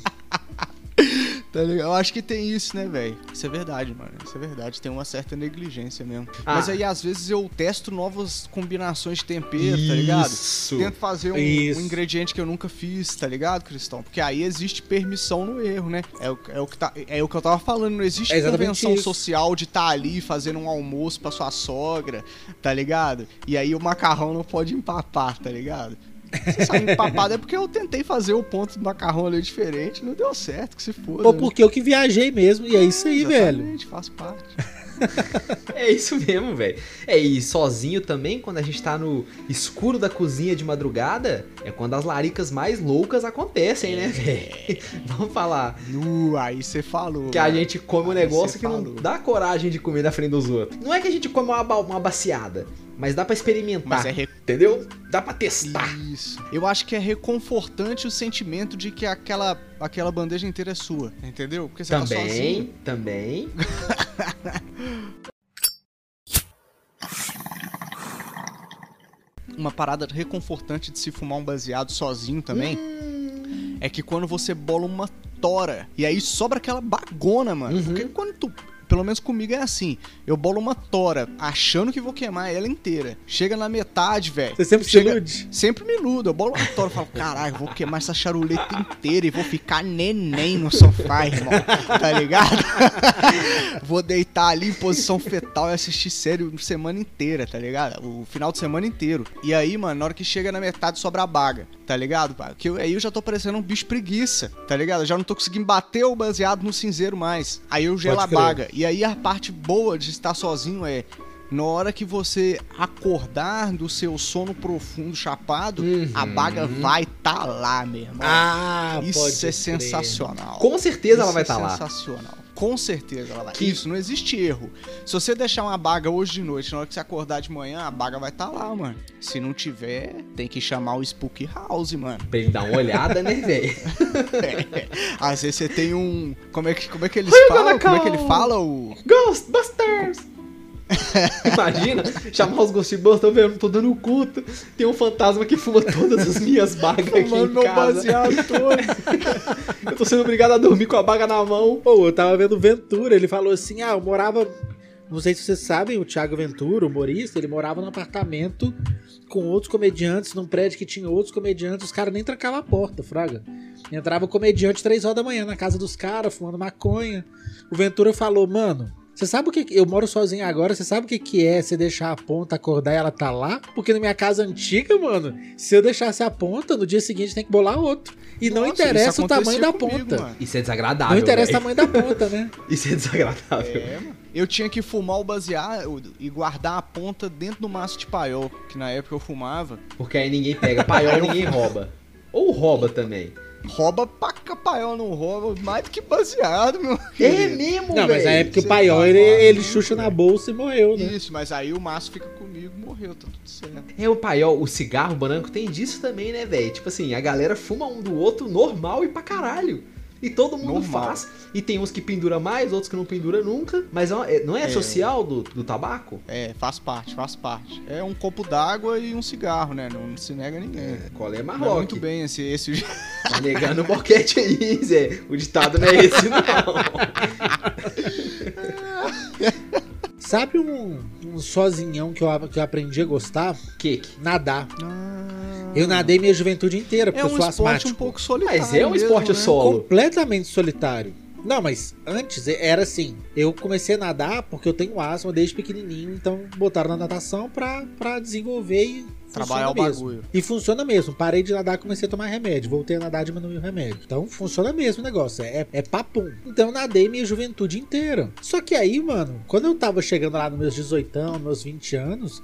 [SPEAKER 3] Tá ligado? Eu acho que tem isso, né, velho? Isso é verdade, mano. Isso é verdade. Tem uma certa negligência mesmo.
[SPEAKER 1] Ah.
[SPEAKER 3] Mas aí, às vezes, eu testo novas combinações de tempero, tá ligado?
[SPEAKER 1] Isso.
[SPEAKER 3] Tento fazer um,
[SPEAKER 2] Isso.
[SPEAKER 3] um ingrediente que eu nunca fiz, tá ligado, Cristão? Porque aí existe permissão no erro, né? É o, é o, que, tá, é o que eu tava falando, não existe
[SPEAKER 2] É exatamente
[SPEAKER 3] convenção
[SPEAKER 2] isso.
[SPEAKER 3] social de estar ali fazendo um almoço pra sua sogra, tá ligado? E aí o macarrão não pode empapar, tá ligado? Se sair empapado é porque eu tentei fazer o ponto do macarrão ali diferente, não deu certo, que se foda.
[SPEAKER 2] Ou
[SPEAKER 3] né?
[SPEAKER 2] porque eu que viajei mesmo, e é isso aí, velho.
[SPEAKER 3] Exatamente, faz parte.
[SPEAKER 1] É isso mesmo, velho. É, e sozinho também, quando a gente tá no escuro da cozinha de madrugada, é quando as laricas mais loucas acontecem,
[SPEAKER 3] É.
[SPEAKER 1] né, velho? Vamos falar.
[SPEAKER 3] Nu, aí você falou. né?
[SPEAKER 1] Que a
[SPEAKER 3] mano.
[SPEAKER 1] gente come um
[SPEAKER 3] Aí
[SPEAKER 1] negócio
[SPEAKER 3] você
[SPEAKER 1] que não
[SPEAKER 3] falou.
[SPEAKER 1] dá coragem de comer na frente dos outros. Não é que a gente come uma, ba- uma baciada, mas dá pra experimentar,
[SPEAKER 2] tá.
[SPEAKER 3] Mas é re-
[SPEAKER 1] entendeu? Dá pra testar.
[SPEAKER 3] Isso. Eu acho que é reconfortante o sentimento de que aquela, aquela bandeja inteira é sua, entendeu? Porque você tá sozinho.
[SPEAKER 1] Também, também.
[SPEAKER 3] Uma parada reconfortante de se fumar um baseado sozinho também é que quando você bola uma tora e aí sobra aquela bagona, mano.
[SPEAKER 1] Uhum.
[SPEAKER 3] Porque quando tu. Pelo menos comigo é assim. Eu bolo uma tora achando que vou queimar ela inteira. Chega na metade, velho.
[SPEAKER 2] Você sempre se
[SPEAKER 3] Chega-
[SPEAKER 2] ilude.
[SPEAKER 3] Sempre me iludo. Eu bolo uma tora e falo, caralho, vou queimar essa charuleta inteira e vou ficar neném no sofá, irmão. Tá ligado? vou deitar ali em posição fetal e assistir série semana inteira, tá ligado? O final de semana inteiro. E aí, mano, na hora que chega na metade sobra a baga, tá ligado, pai? Porque eu- aí eu já tô parecendo um bicho preguiça, tá ligado? Eu já não tô conseguindo bater o baseado no cinzeiro mais. Aí eu gelo
[SPEAKER 2] Pode
[SPEAKER 3] a
[SPEAKER 2] crer.
[SPEAKER 3] baga. E aí a parte boa de estar sozinho é. Na hora que você acordar do seu sono profundo chapado,
[SPEAKER 1] Uhum.
[SPEAKER 3] a baga vai tá lá, meu irmão.
[SPEAKER 2] Ah,
[SPEAKER 3] Isso
[SPEAKER 2] pode
[SPEAKER 3] é
[SPEAKER 2] crer.
[SPEAKER 3] sensacional.
[SPEAKER 1] Com certeza ela vai
[SPEAKER 3] Isso
[SPEAKER 1] estar
[SPEAKER 3] é
[SPEAKER 1] lá.
[SPEAKER 3] Sensacional. Com certeza ela vai.
[SPEAKER 1] Que-
[SPEAKER 3] Isso, não existe erro. Se você deixar uma baga hoje de noite, na hora que você acordar de manhã, a baga vai estar lá, mano. Se não tiver, tem que chamar o Spook House, mano.
[SPEAKER 1] Pra ele dar uma olhada, né, velho?
[SPEAKER 3] É. Às vezes você tem um. Como é que, como é que eles
[SPEAKER 1] gonna
[SPEAKER 3] falam? Como é que
[SPEAKER 1] call?
[SPEAKER 3] ele fala? O.
[SPEAKER 1] Ghostbusters! Imagina, chamar os Ghostbusters, velho, eu não tô dando culto. Tem um fantasma que fuma todas as minhas bagas aqui
[SPEAKER 3] Fumando
[SPEAKER 1] em casa.
[SPEAKER 3] todo.
[SPEAKER 1] Eu tô sendo obrigado a dormir com a baga na mão.
[SPEAKER 2] Pô, eu tava vendo o Ventura, ele falou assim: ah, eu morava. Não sei se vocês sabem, o Thiago Ventura, humorista, ele morava num apartamento com outros comediantes, num prédio que tinha outros comediantes, os caras nem trancavam a porta, Fraga. Entrava comediante três horas da manhã na casa dos caras, fumando maconha. O Ventura falou, mano, Você sabe o que. Eu moro sozinho agora, você sabe o que, que é você deixar a ponta acordar e ela tá lá? Porque na minha casa antiga, mano, se eu deixasse a ponta, no dia seguinte tem que bolar outro. E não
[SPEAKER 3] Nossa, isso
[SPEAKER 2] interessa o tamanho
[SPEAKER 3] acontecia
[SPEAKER 2] da
[SPEAKER 3] comigo,
[SPEAKER 2] ponta.
[SPEAKER 3] mano.
[SPEAKER 1] Isso é desagradável.
[SPEAKER 2] Não interessa o
[SPEAKER 1] velho.
[SPEAKER 2] tamanho da ponta, né?
[SPEAKER 1] Isso é desagradável.
[SPEAKER 3] É, mano. Eu tinha que fumar o baseado e guardar a ponta dentro do maço de paiol, que na época eu fumava.
[SPEAKER 1] Porque aí ninguém pega. Paiol ninguém rouba. Ou rouba também.
[SPEAKER 3] Rouba paca paiol, não rouba mais do que baseado, meu
[SPEAKER 1] É
[SPEAKER 3] querido.
[SPEAKER 1] mesmo,
[SPEAKER 2] Não, mas
[SPEAKER 1] velho.
[SPEAKER 2] é porque o
[SPEAKER 3] você
[SPEAKER 2] paiol
[SPEAKER 3] tá
[SPEAKER 2] ele, ele
[SPEAKER 3] maluco,
[SPEAKER 2] chucha na bolsa e morreu, né?
[SPEAKER 3] Isso, mas aí o maço fica comigo, morreu, tá tudo certo.
[SPEAKER 1] É o paiol, o cigarro branco tem disso também, né, velho? Tipo assim, a galera fuma um do outro normal e pra caralho. E todo mundo
[SPEAKER 3] Normal.
[SPEAKER 1] faz. E tem uns que pendura mais, outros que não pendura nunca. Mas é uma- é- não é,
[SPEAKER 3] É.
[SPEAKER 1] social do, do tabaco?
[SPEAKER 3] É, faz parte, faz parte. É um copo d'água e um cigarro, né? Não, se nega a ninguém.
[SPEAKER 1] Qual é
[SPEAKER 3] Mas
[SPEAKER 1] Marlock?
[SPEAKER 3] muito bem esse, esse
[SPEAKER 1] Tá negando o boquete aí, Zé. O ditado não é esse, não.
[SPEAKER 2] Sabe um, um sozinhão que eu, que eu aprendi a gostar?
[SPEAKER 1] Que que?
[SPEAKER 2] Nadar. Eu nadei minha juventude inteira, porque
[SPEAKER 3] É
[SPEAKER 2] eu
[SPEAKER 3] um
[SPEAKER 2] sou
[SPEAKER 3] esporte
[SPEAKER 2] asmático.
[SPEAKER 3] um pouco solitário.
[SPEAKER 1] Mas é um
[SPEAKER 3] mesmo,
[SPEAKER 1] esporte
[SPEAKER 3] né?
[SPEAKER 1] solo.
[SPEAKER 2] completamente solitário. Não, mas antes era assim. Eu comecei a nadar porque eu tenho asma desde pequenininho, então botaram na natação pra, pra desenvolver e
[SPEAKER 3] Trabalhar o
[SPEAKER 2] funciona mesmo.
[SPEAKER 3] bagulho.
[SPEAKER 2] E funciona mesmo. Parei de nadar, comecei a tomar remédio. Voltei a nadar, diminuí o remédio. Então funciona mesmo o negócio. É, é papum. Então nadei minha juventude inteira. Só que aí, mano, quando eu tava chegando lá nos meus 18, meus 20 anos,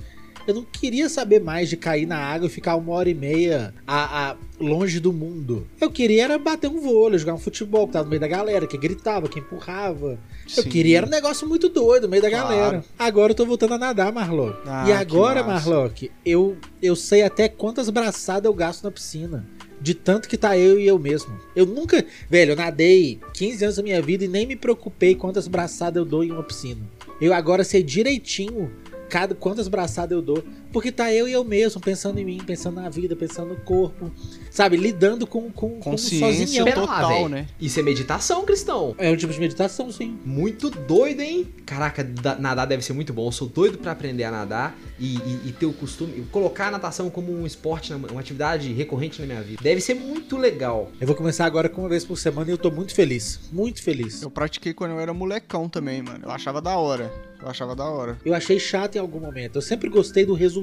[SPEAKER 2] eu não queria saber mais de cair na água e ficar uma hora e meia a, a- longe do mundo. Eu queria era bater um vôlei, jogar um futebol, que tava no meio da galera, que gritava, que empurrava. Eu
[SPEAKER 3] Sim.
[SPEAKER 2] queria era um negócio muito doido, no meio da
[SPEAKER 3] Claro.
[SPEAKER 2] galera. Agora eu tô voltando a nadar, Marlock.
[SPEAKER 3] Ah,
[SPEAKER 2] e
[SPEAKER 3] que
[SPEAKER 2] agora,
[SPEAKER 3] massa.
[SPEAKER 2] Marlock, eu, eu sei até quantas braçadas eu gasto na piscina. De tanto que tá eu e eu mesmo. Eu nunca. Velho, eu nadei 15 anos da minha vida e nem me preocupei quantas braçadas eu dou em uma piscina. Eu agora sei direitinho cada, quantas braçadas eu dou. Porque tá eu e eu mesmo, pensando em mim, pensando na vida, pensando no corpo. Sabe, lidando com, com, com
[SPEAKER 3] Consciência
[SPEAKER 2] um sozinho.
[SPEAKER 1] Pera lá,
[SPEAKER 3] total,
[SPEAKER 1] velho.
[SPEAKER 3] né?
[SPEAKER 1] Isso é meditação, cristão.
[SPEAKER 2] É um tipo de meditação, sim.
[SPEAKER 1] Muito doido, hein? Caraca, da- nadar deve ser muito bom. Eu sou doido pra aprender a nadar e, e- e ter o costume. Colocar a natação como um esporte, na- uma atividade recorrente na minha vida. Deve ser muito legal.
[SPEAKER 2] Eu vou começar agora com uma vez por semana e eu tô muito feliz. Muito feliz.
[SPEAKER 3] Eu pratiquei quando eu era molecão também, mano. Eu achava da hora. Eu achava da hora.
[SPEAKER 2] Eu achei chato em algum momento. Eu sempre gostei do resultado.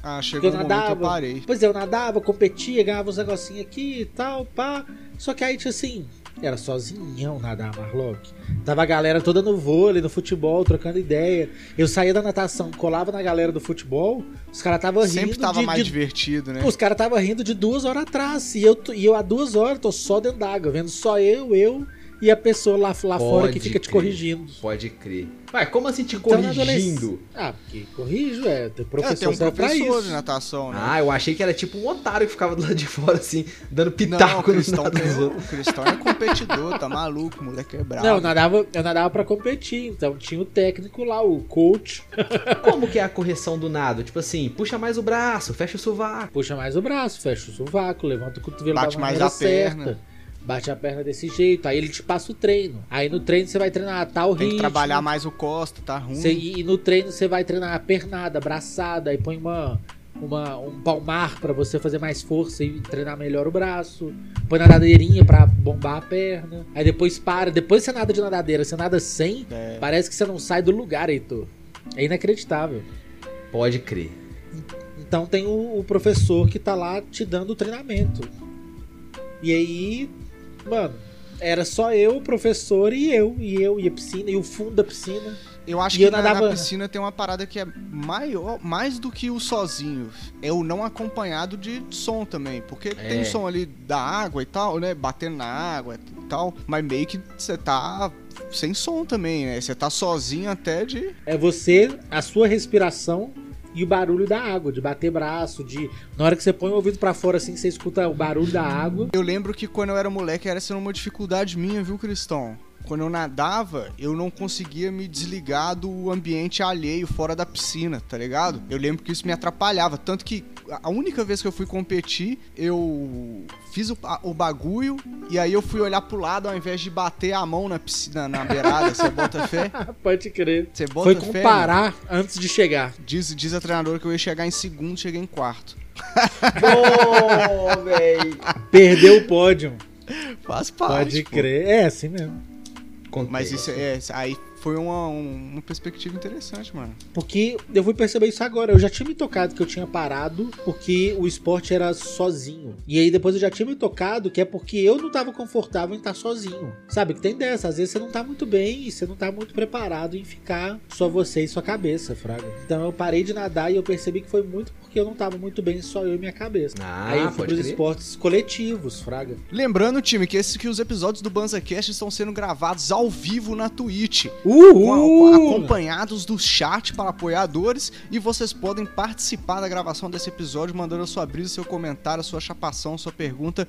[SPEAKER 3] Ah, chegou
[SPEAKER 2] Eu
[SPEAKER 3] um momento que eu
[SPEAKER 2] nadava.
[SPEAKER 3] parei.
[SPEAKER 2] Pois é, eu nadava, competia, ganhava uns negocinhos aqui e tal, pá. Só que aí, tinha assim, era sozinhão nadar, Marlock. Tava a galera toda no vôlei, no futebol, trocando ideia. Eu saía da natação, colava na galera do futebol, os caras tava rindo
[SPEAKER 3] Sempre tava
[SPEAKER 2] de,
[SPEAKER 3] mais
[SPEAKER 2] de-
[SPEAKER 3] divertido, né?
[SPEAKER 2] Os caras tava rindo de duas horas atrás. E eu, tô- e eu há duas horas tô só dentro d'água, vendo só eu, eu e a pessoa lá, lá fora que
[SPEAKER 1] Pode
[SPEAKER 2] fica te
[SPEAKER 1] crer.
[SPEAKER 2] corrigindo.
[SPEAKER 1] Pode crer. Ué, como assim te
[SPEAKER 2] Então, na
[SPEAKER 1] corrigindo?
[SPEAKER 2] adolesc- Ah, porque corrijo, é. Tem
[SPEAKER 3] É, tem
[SPEAKER 2] professor
[SPEAKER 3] um
[SPEAKER 2] serve pra
[SPEAKER 3] professor de
[SPEAKER 2] isso.
[SPEAKER 3] natação, né?
[SPEAKER 1] Ah, eu achei que era tipo um otário que ficava do lado de fora, assim, dando
[SPEAKER 3] não, o
[SPEAKER 1] pitaco no
[SPEAKER 3] Cristão,
[SPEAKER 1] nada dos outros.
[SPEAKER 3] o Cristão é competidor, tá maluco, o moleque é bravo.
[SPEAKER 2] tá Não, eu nadava, eu nadava pra competir, então tinha o técnico lá, o coach.
[SPEAKER 1] Como que é a correção do nado? Tipo assim, puxa mais o braço, fecha o sovaco.
[SPEAKER 2] Puxa mais o braço, fecha o sovaco, levanta o cotovelo
[SPEAKER 3] Bate
[SPEAKER 2] da
[SPEAKER 3] mais
[SPEAKER 2] maneira
[SPEAKER 3] a perna.
[SPEAKER 2] certa. Bate a perna desse jeito, aí ele te passa o treino. Aí no treino você vai treinar tal
[SPEAKER 3] Tem que
[SPEAKER 2] ritmo.
[SPEAKER 3] trabalhar mais o costa, tá ruim.
[SPEAKER 2] Você- e e no treino você vai treinar a pernada, a braçada, aí põe uma, uma- um palmar pra você fazer mais força e treinar melhor o braço. Põe nadadeirinha pra bombar a perna. Aí depois para. Depois você nada de nadadeira, você nada sem,
[SPEAKER 3] É.
[SPEAKER 2] parece que você não sai do lugar, Heitor. É inacreditável.
[SPEAKER 1] Pode crer.
[SPEAKER 2] Então tem o, o professor que tá lá te dando o treinamento. E aí, mano, era só eu, o professor e eu, e eu, e a piscina, e o fundo da piscina.
[SPEAKER 3] Eu acho
[SPEAKER 2] E
[SPEAKER 3] que
[SPEAKER 2] eu
[SPEAKER 3] na, na
[SPEAKER 2] nadava-
[SPEAKER 3] piscina tem uma parada que é maior, mais do que o sozinho. É o não acompanhado de som também. Porque
[SPEAKER 2] É.
[SPEAKER 3] tem o som ali da água e tal, né? Batendo na água e tal. Mas meio que você tá sem som também, né? Você tá sozinho até de.
[SPEAKER 2] É você, a sua respiração e o barulho da água, de bater braço, de. Na hora que você põe o ouvido pra fora assim, você escuta o barulho da água.
[SPEAKER 3] Eu lembro que quando eu era moleque era sendo uma dificuldade minha, viu, Cristão? Quando eu nadava, eu não conseguia me desligar do ambiente alheio fora da piscina, tá ligado? Eu lembro que isso me atrapalhava. Tanto que a única vez que eu fui competir, eu fiz o, a- o bagulho e aí eu fui olhar pro lado ao invés de bater a mão na piscina, na beirada. Você bota fé?
[SPEAKER 2] Pode crer.
[SPEAKER 3] Você bota
[SPEAKER 2] Foi
[SPEAKER 3] fé? mano?
[SPEAKER 2] comparar antes de chegar.
[SPEAKER 3] Diz, diz a treinadora que eu ia chegar em segundo, cheguei em quarto.
[SPEAKER 1] Bom, véi.
[SPEAKER 2] Perdeu o pódio.
[SPEAKER 3] Faz parte.
[SPEAKER 2] Pode
[SPEAKER 3] pô.
[SPEAKER 2] crer. É assim mesmo.
[SPEAKER 1] Acontece.
[SPEAKER 3] Mas isso é, aí Foi uma, um- uma perspectiva interessante, mano.
[SPEAKER 2] Porque eu fui perceber isso agora. Eu já tinha me tocado que eu tinha parado porque o esporte era sozinho. E aí depois eu já tinha me tocado que é porque eu não tava confortável em estar sozinho. Sabe que tem dessa. Às vezes você não tá muito bem e você não tá muito preparado em ficar só você e sua cabeça, Fraga. Então eu parei de nadar e eu percebi que foi muito porque eu não tava muito bem só eu e minha cabeça.
[SPEAKER 1] Ah,
[SPEAKER 2] aí eu fui
[SPEAKER 1] pode
[SPEAKER 2] pros
[SPEAKER 1] crer.
[SPEAKER 2] esportes coletivos, Fraga.
[SPEAKER 3] Lembrando, time, que, esse, que os episódios do BanzaCast estão sendo gravados ao vivo na Twitch. com a-
[SPEAKER 2] Uhul!
[SPEAKER 3] acompanhados do chat para apoiadores e vocês podem participar da gravação desse episódio mandando a sua brisa, seu comentário, sua chapação, sua pergunta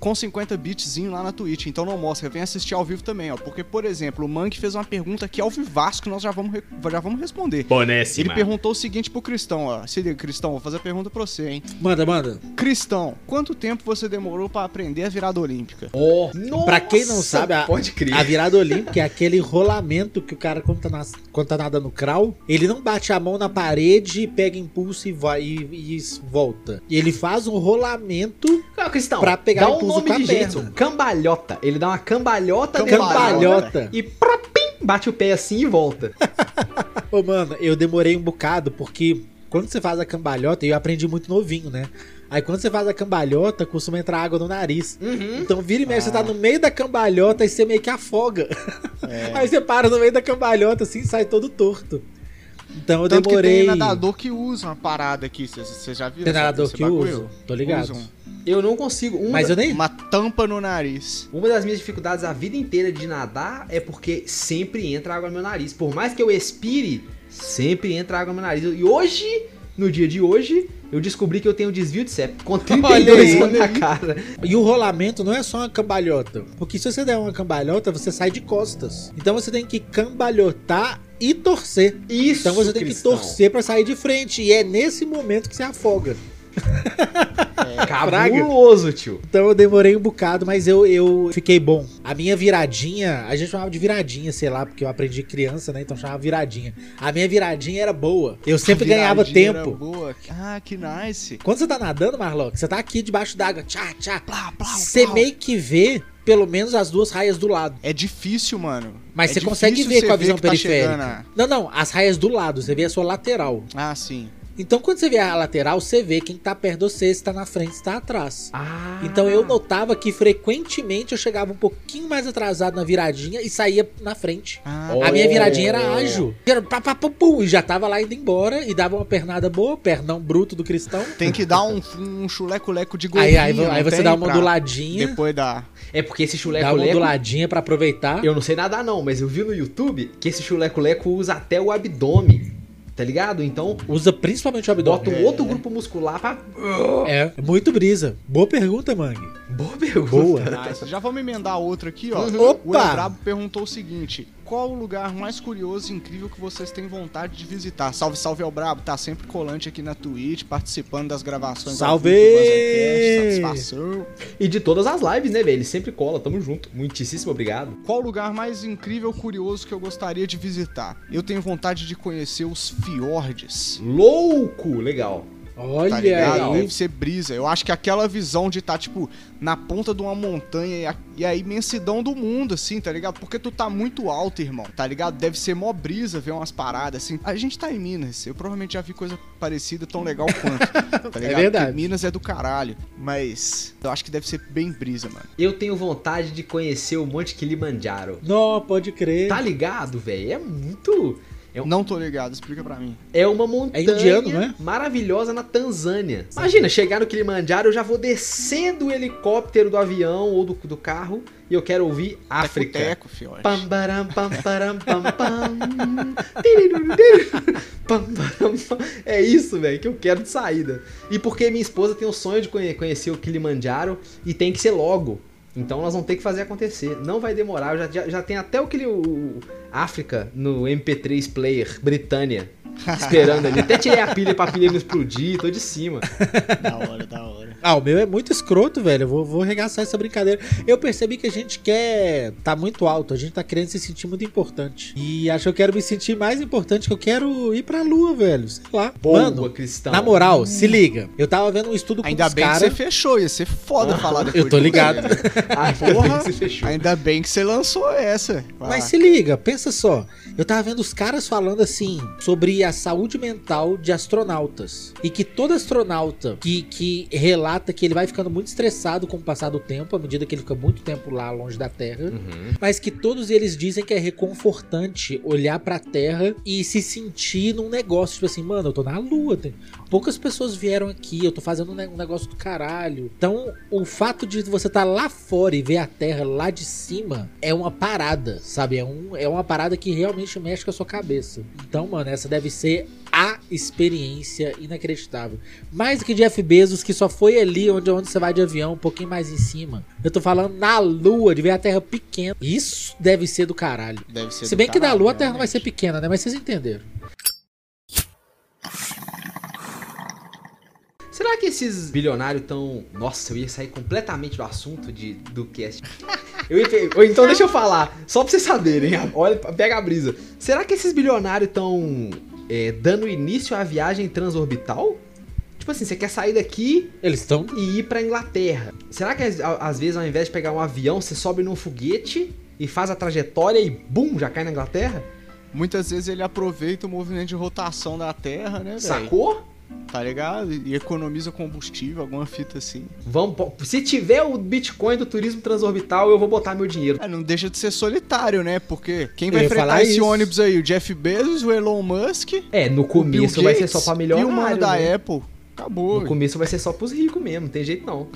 [SPEAKER 3] com 50 bitzinho lá na Twitch. Então não mostra, vem assistir ao vivo também, ó. Porque, por exemplo, o Mank fez uma pergunta aqui ao vivasco que nós já vamos, re- já vamos responder.
[SPEAKER 1] Bonésima.
[SPEAKER 3] Ele perguntou o seguinte pro Cristão, ó. Se liga, Cristão, vou fazer a pergunta pra você, hein?
[SPEAKER 2] Manda, manda.
[SPEAKER 3] Cristão, quanto tempo você demorou pra aprender a virada olímpica?
[SPEAKER 1] Oh,
[SPEAKER 2] Pra quem não sabe, a-
[SPEAKER 1] pode crer.
[SPEAKER 2] A virada olímpica é aquele rolamento que o cara, quando tá, nas- quando tá nadando crawl, ele não bate a mão na parede, pega impulso e vai e, e volta. E ele faz um rolamento.
[SPEAKER 1] Ah, Cristão,
[SPEAKER 2] pra pegar
[SPEAKER 1] dá um
[SPEAKER 2] impulso
[SPEAKER 1] nome
[SPEAKER 2] com a
[SPEAKER 1] de
[SPEAKER 2] perna.
[SPEAKER 1] jeito. Cambalhota. Ele dá uma cambalhota dentro da bola
[SPEAKER 2] Cambalhota.
[SPEAKER 1] E propim, bate o pé assim e volta.
[SPEAKER 2] Ô, mano, eu demorei um bocado, porque quando você faz a cambalhota, eu aprendi muito novinho, né? Aí quando você faz a cambalhota, costuma entrar água no nariz.
[SPEAKER 1] Uhum.
[SPEAKER 2] Então vira e mexe, você
[SPEAKER 3] Ah.
[SPEAKER 2] tá no meio da cambalhota e você meio que afoga.
[SPEAKER 3] É.
[SPEAKER 2] Aí você para no meio da cambalhota assim e sai todo torto. Então eu
[SPEAKER 3] Tanto
[SPEAKER 2] demorei.
[SPEAKER 3] que tem nadador que usa uma parada aqui, vocês já viram?
[SPEAKER 2] Tem
[SPEAKER 3] essa-
[SPEAKER 2] nadador
[SPEAKER 3] esse
[SPEAKER 2] que
[SPEAKER 3] bagulho?
[SPEAKER 2] uso. Tô ligado.
[SPEAKER 3] Usam.
[SPEAKER 1] Eu não consigo. Uma,
[SPEAKER 2] Mas eu nem.
[SPEAKER 3] Uma tampa no nariz.
[SPEAKER 1] uma das minhas dificuldades a vida inteira de nadar é porque sempre entra água no meu nariz. Por mais que eu expire, sempre entra água no meu nariz. E hoje, no dia de hoje, eu descobri que eu tenho desvio de septo. Com 32
[SPEAKER 2] aí,
[SPEAKER 1] anos
[SPEAKER 3] olha
[SPEAKER 1] na
[SPEAKER 3] aí.
[SPEAKER 1] cara.
[SPEAKER 2] E o rolamento não é só uma cambalhota. Porque se você der uma cambalhota, você sai de costas. Então você tem que cambalhotar e torcer.
[SPEAKER 1] Isso,
[SPEAKER 2] Então você tem que
[SPEAKER 1] Cristão.
[SPEAKER 2] torcer pra sair de frente. E é nesse momento que você afoga. Fraga.
[SPEAKER 1] É Cabuloso, tio.
[SPEAKER 2] Então eu demorei um bocado, mas eu, eu fiquei bom. A minha viradinha, a gente chamava de viradinha, sei lá, porque eu aprendi criança, né? Então chamava viradinha. A minha viradinha era boa. Eu sempre ganhava
[SPEAKER 3] Viradinha era
[SPEAKER 2] tempo.
[SPEAKER 3] boa. Ah, que nice.
[SPEAKER 2] Quando você tá nadando, Marlock, você tá aqui debaixo d'água, tchá, tchá.
[SPEAKER 3] Plá, plá,
[SPEAKER 2] Você
[SPEAKER 3] plá.
[SPEAKER 2] meio que vê pelo menos as duas raias do lado.
[SPEAKER 3] É difícil, mano.
[SPEAKER 2] Mas
[SPEAKER 3] É
[SPEAKER 2] você
[SPEAKER 3] difícil
[SPEAKER 2] consegue ver
[SPEAKER 3] você
[SPEAKER 2] com a visão
[SPEAKER 3] que tá
[SPEAKER 2] periférica.
[SPEAKER 3] chegando
[SPEAKER 2] Não, não, as raias do lado, você vê a sua lateral.
[SPEAKER 3] a- Ah, sim.
[SPEAKER 2] Então quando você vê a lateral, você vê quem tá perto de você, se tá na frente, se tá atrás.
[SPEAKER 1] Ah.
[SPEAKER 2] Então eu notava que frequentemente eu chegava um pouquinho mais atrasado na viradinha e saía na frente.
[SPEAKER 3] Ah,
[SPEAKER 1] Ó.
[SPEAKER 2] A minha viradinha era
[SPEAKER 1] Oh.
[SPEAKER 2] ágil. Era pá, pá, pá, pum, e já tava lá indo embora e dava uma pernada boa, pernão bruto do cristão.
[SPEAKER 3] tem que dar um, um chuleco-leco de
[SPEAKER 2] Aí,
[SPEAKER 3] golinho.
[SPEAKER 2] aí, aí você dá uma onduladinha,
[SPEAKER 3] Depois dá.
[SPEAKER 1] É porque esse
[SPEAKER 2] dá um né? uma
[SPEAKER 1] chuleco-leco
[SPEAKER 2] onduladinha pra aproveitar.
[SPEAKER 1] Eu não sei nadar não, mas eu vi no YouTube que esse chuleco-leco usa até o abdômen, tá ligado? Então,
[SPEAKER 2] Usa principalmente o
[SPEAKER 1] bota
[SPEAKER 2] abdômen.
[SPEAKER 1] um outro grupo muscular pra...
[SPEAKER 2] É, muito brisa. Boa pergunta, Mangue.
[SPEAKER 1] Boa pergunta.
[SPEAKER 2] Boa.
[SPEAKER 3] Nice. Já vamos emendar outra aqui, ó.
[SPEAKER 2] Uhum.
[SPEAKER 3] O El
[SPEAKER 2] Opa!
[SPEAKER 3] Brabo perguntou o seguinte: Qual o lugar mais curioso e incrível que vocês têm vontade de visitar? Salve, salve El Brabo, tá sempre colante aqui na Twitch, participando das gravações. ao
[SPEAKER 2] Salve!
[SPEAKER 3] vivo do Banzercast, Satisfação.
[SPEAKER 1] E de todas as lives, né, velho? Ele sempre cola, tamo junto. Muitíssimo obrigado.
[SPEAKER 3] Qual o lugar mais incrível, curioso que eu gostaria de visitar? Eu tenho vontade de conhecer os fiordes.
[SPEAKER 1] Louco! Legal.
[SPEAKER 2] Olha
[SPEAKER 3] tá ligado?
[SPEAKER 2] aí.
[SPEAKER 3] Deve ser brisa. Eu acho que aquela visão de estar, tipo, na ponta de uma montanha e a, e a imensidão do mundo, assim, tá ligado? Porque tu tá muito alto, irmão, tá ligado? Deve ser mó brisa ver umas paradas, assim. A gente tá em Minas, eu provavelmente já vi coisa parecida tão legal quanto, tá ligado?
[SPEAKER 2] É verdade.
[SPEAKER 3] Porque Minas é do caralho. Mas eu acho que deve ser bem brisa, mano.
[SPEAKER 1] Eu tenho vontade de conhecer o Monte Kilimanjaro.
[SPEAKER 2] Não, pode crer.
[SPEAKER 1] Tá ligado, velho? É muito... Eu-
[SPEAKER 3] Não tô ligado, explica pra mim.
[SPEAKER 1] É uma montanha
[SPEAKER 2] indiano, não é?
[SPEAKER 1] maravilhosa na Tanzânia. Imagina, chegar no Kilimanjaro, eu já vou descendo o helicóptero do avião ou do, do carro e eu quero ouvir África.
[SPEAKER 3] Teco, fiote.
[SPEAKER 1] Pam, baram, pam, param, pam, pam. Tiriru, tiriru. Pam, baram, pam. É isso, velho, que eu quero de saída. E porque minha esposa tem o sonho de conhe- conhecer o Kilimanjaro e tem que ser logo. Então nós vamos ter que fazer acontecer. Não vai demorar. Eu já, já, já tem até o que o África no MP3 player Britânia esperando ali. Até tirei a pilha pra pilha não explodir, tô de cima.
[SPEAKER 3] Da hora, da hora.
[SPEAKER 2] Ah, o meu é muito escroto, velho. Eu vou, vou arregaçar essa brincadeira. Eu percebi que a gente quer. tá muito alto. A gente tá querendo se sentir muito importante. E acho que eu quero me sentir mais importante, que eu quero ir pra lua, velho. Sei lá.
[SPEAKER 1] Boa,
[SPEAKER 2] Mano,
[SPEAKER 1] cristão.
[SPEAKER 2] na moral, se liga. Eu tava vendo um estudo com
[SPEAKER 3] Ainda
[SPEAKER 2] os
[SPEAKER 3] bem
[SPEAKER 2] caras.
[SPEAKER 3] que você fechou, ia ser foda falar depois.
[SPEAKER 2] Eu tô
[SPEAKER 3] de você,
[SPEAKER 2] ligado.
[SPEAKER 3] né?
[SPEAKER 1] Ai,
[SPEAKER 3] Porra.
[SPEAKER 1] você fechou.
[SPEAKER 3] Ainda bem que você lançou essa. Vai
[SPEAKER 2] Mas
[SPEAKER 3] lá.
[SPEAKER 2] se liga, pensa só. Eu tava vendo os caras falando assim sobre a saúde mental de astronautas. E que todo astronauta que, que relata que ele vai ficando muito estressado com o passar do tempo, à medida que ele fica muito tempo lá longe da Terra,
[SPEAKER 1] Uhum.
[SPEAKER 2] mas que todos eles dizem que é reconfortante olhar pra Terra e se sentir num negócio, tipo assim, mano, eu tô na Lua, tem- poucas pessoas vieram aqui, eu tô fazendo um ne- um negócio do caralho. Então, o fato de você tá lá fora e ver a Terra lá de cima é uma parada, sabe? É, um, é uma parada que realmente mexe com a sua cabeça. Então, mano, essa deve ser a experiência inacreditável. Mais do que Jeff Bezos, que só foi ali onde, onde você vai de avião, um pouquinho mais em cima. Eu tô falando na lua, de ver a terra pequena. Isso deve ser do caralho.
[SPEAKER 3] Deve ser
[SPEAKER 2] Se
[SPEAKER 3] do
[SPEAKER 2] bem que da
[SPEAKER 3] caralho,
[SPEAKER 2] lua a terra não vai
[SPEAKER 3] realmente.
[SPEAKER 2] ser pequena, né? Mas vocês entenderam.
[SPEAKER 1] Será que esses bilionários tão. Nossa, eu ia sair completamente do assunto de, do cast. Eu ia pe- Ou então deixa eu falar, só pra vocês saberem. Olha, pega a brisa. Será que esses bilionários tão é, dando início à viagem transorbital? Tipo assim, você quer sair daqui
[SPEAKER 2] Eles estão.
[SPEAKER 1] e ir pra Inglaterra. Será que às- a- às vezes ao invés de pegar um avião, você sobe num foguete e faz a trajetória e bum, já cai na Inglaterra?
[SPEAKER 3] Muitas vezes ele aproveita o movimento de rotação da Terra, né, velho?
[SPEAKER 1] Sacou?
[SPEAKER 3] Tá ligado? E economiza combustível, alguma fita assim.
[SPEAKER 1] Vamos, po- se tiver o Bitcoin do turismo transorbital, eu vou botar meu dinheiro.
[SPEAKER 3] Ah, não deixa de ser solitário, né? Porque quem
[SPEAKER 2] Eu
[SPEAKER 3] vai
[SPEAKER 2] ia
[SPEAKER 3] enfrentar
[SPEAKER 2] falar
[SPEAKER 3] esse
[SPEAKER 2] isso.
[SPEAKER 3] ônibus aí? O Jeff Bezos, o Elon Musk,
[SPEAKER 1] É, no
[SPEAKER 3] o Bill
[SPEAKER 1] começo vai ser só pra
[SPEAKER 3] e o mano
[SPEAKER 1] milionário.
[SPEAKER 3] da
[SPEAKER 1] Né?
[SPEAKER 3] Apple. Acabou.
[SPEAKER 1] No
[SPEAKER 3] velho.
[SPEAKER 1] começo vai ser só pros ricos mesmo, não tem jeito não.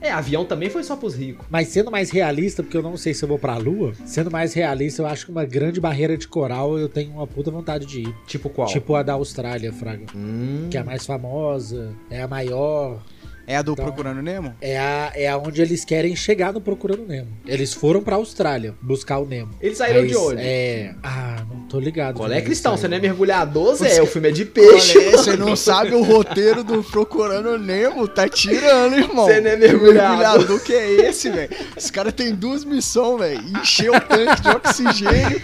[SPEAKER 1] é, avião também foi só pros ricos.
[SPEAKER 2] Mas sendo mais realista, porque eu não sei se eu vou pra lua, sendo mais realista, eu acho que uma grande barreira de coral eu tenho uma puta vontade de ir.
[SPEAKER 1] Tipo qual?
[SPEAKER 2] Tipo a da Austrália, Fraga.
[SPEAKER 1] Hum,
[SPEAKER 2] Que é a mais famosa, é a maior,
[SPEAKER 3] É a do
[SPEAKER 2] Então-
[SPEAKER 3] Procurando Nemo?
[SPEAKER 2] é a é aonde eles querem chegar no Procurando Nemo. Eles foram pra Austrália buscar o Nemo.
[SPEAKER 1] Eles saíram
[SPEAKER 2] Mas,
[SPEAKER 1] de olho.
[SPEAKER 2] É. Ah, não tô ligado.
[SPEAKER 1] Qual é
[SPEAKER 2] Eles
[SPEAKER 1] cristão? Você
[SPEAKER 2] saíram.
[SPEAKER 1] não é mergulhador, Zé? O filme é de peixe.
[SPEAKER 3] Olha, você não sabe o roteiro do Procurando Nemo, tá tirando, irmão.
[SPEAKER 1] Você não é
[SPEAKER 3] Que
[SPEAKER 1] mergulhador.
[SPEAKER 3] mergulhador que é esse, velho? Os caras têm duas missões, velho. Encher o tanque de oxigênio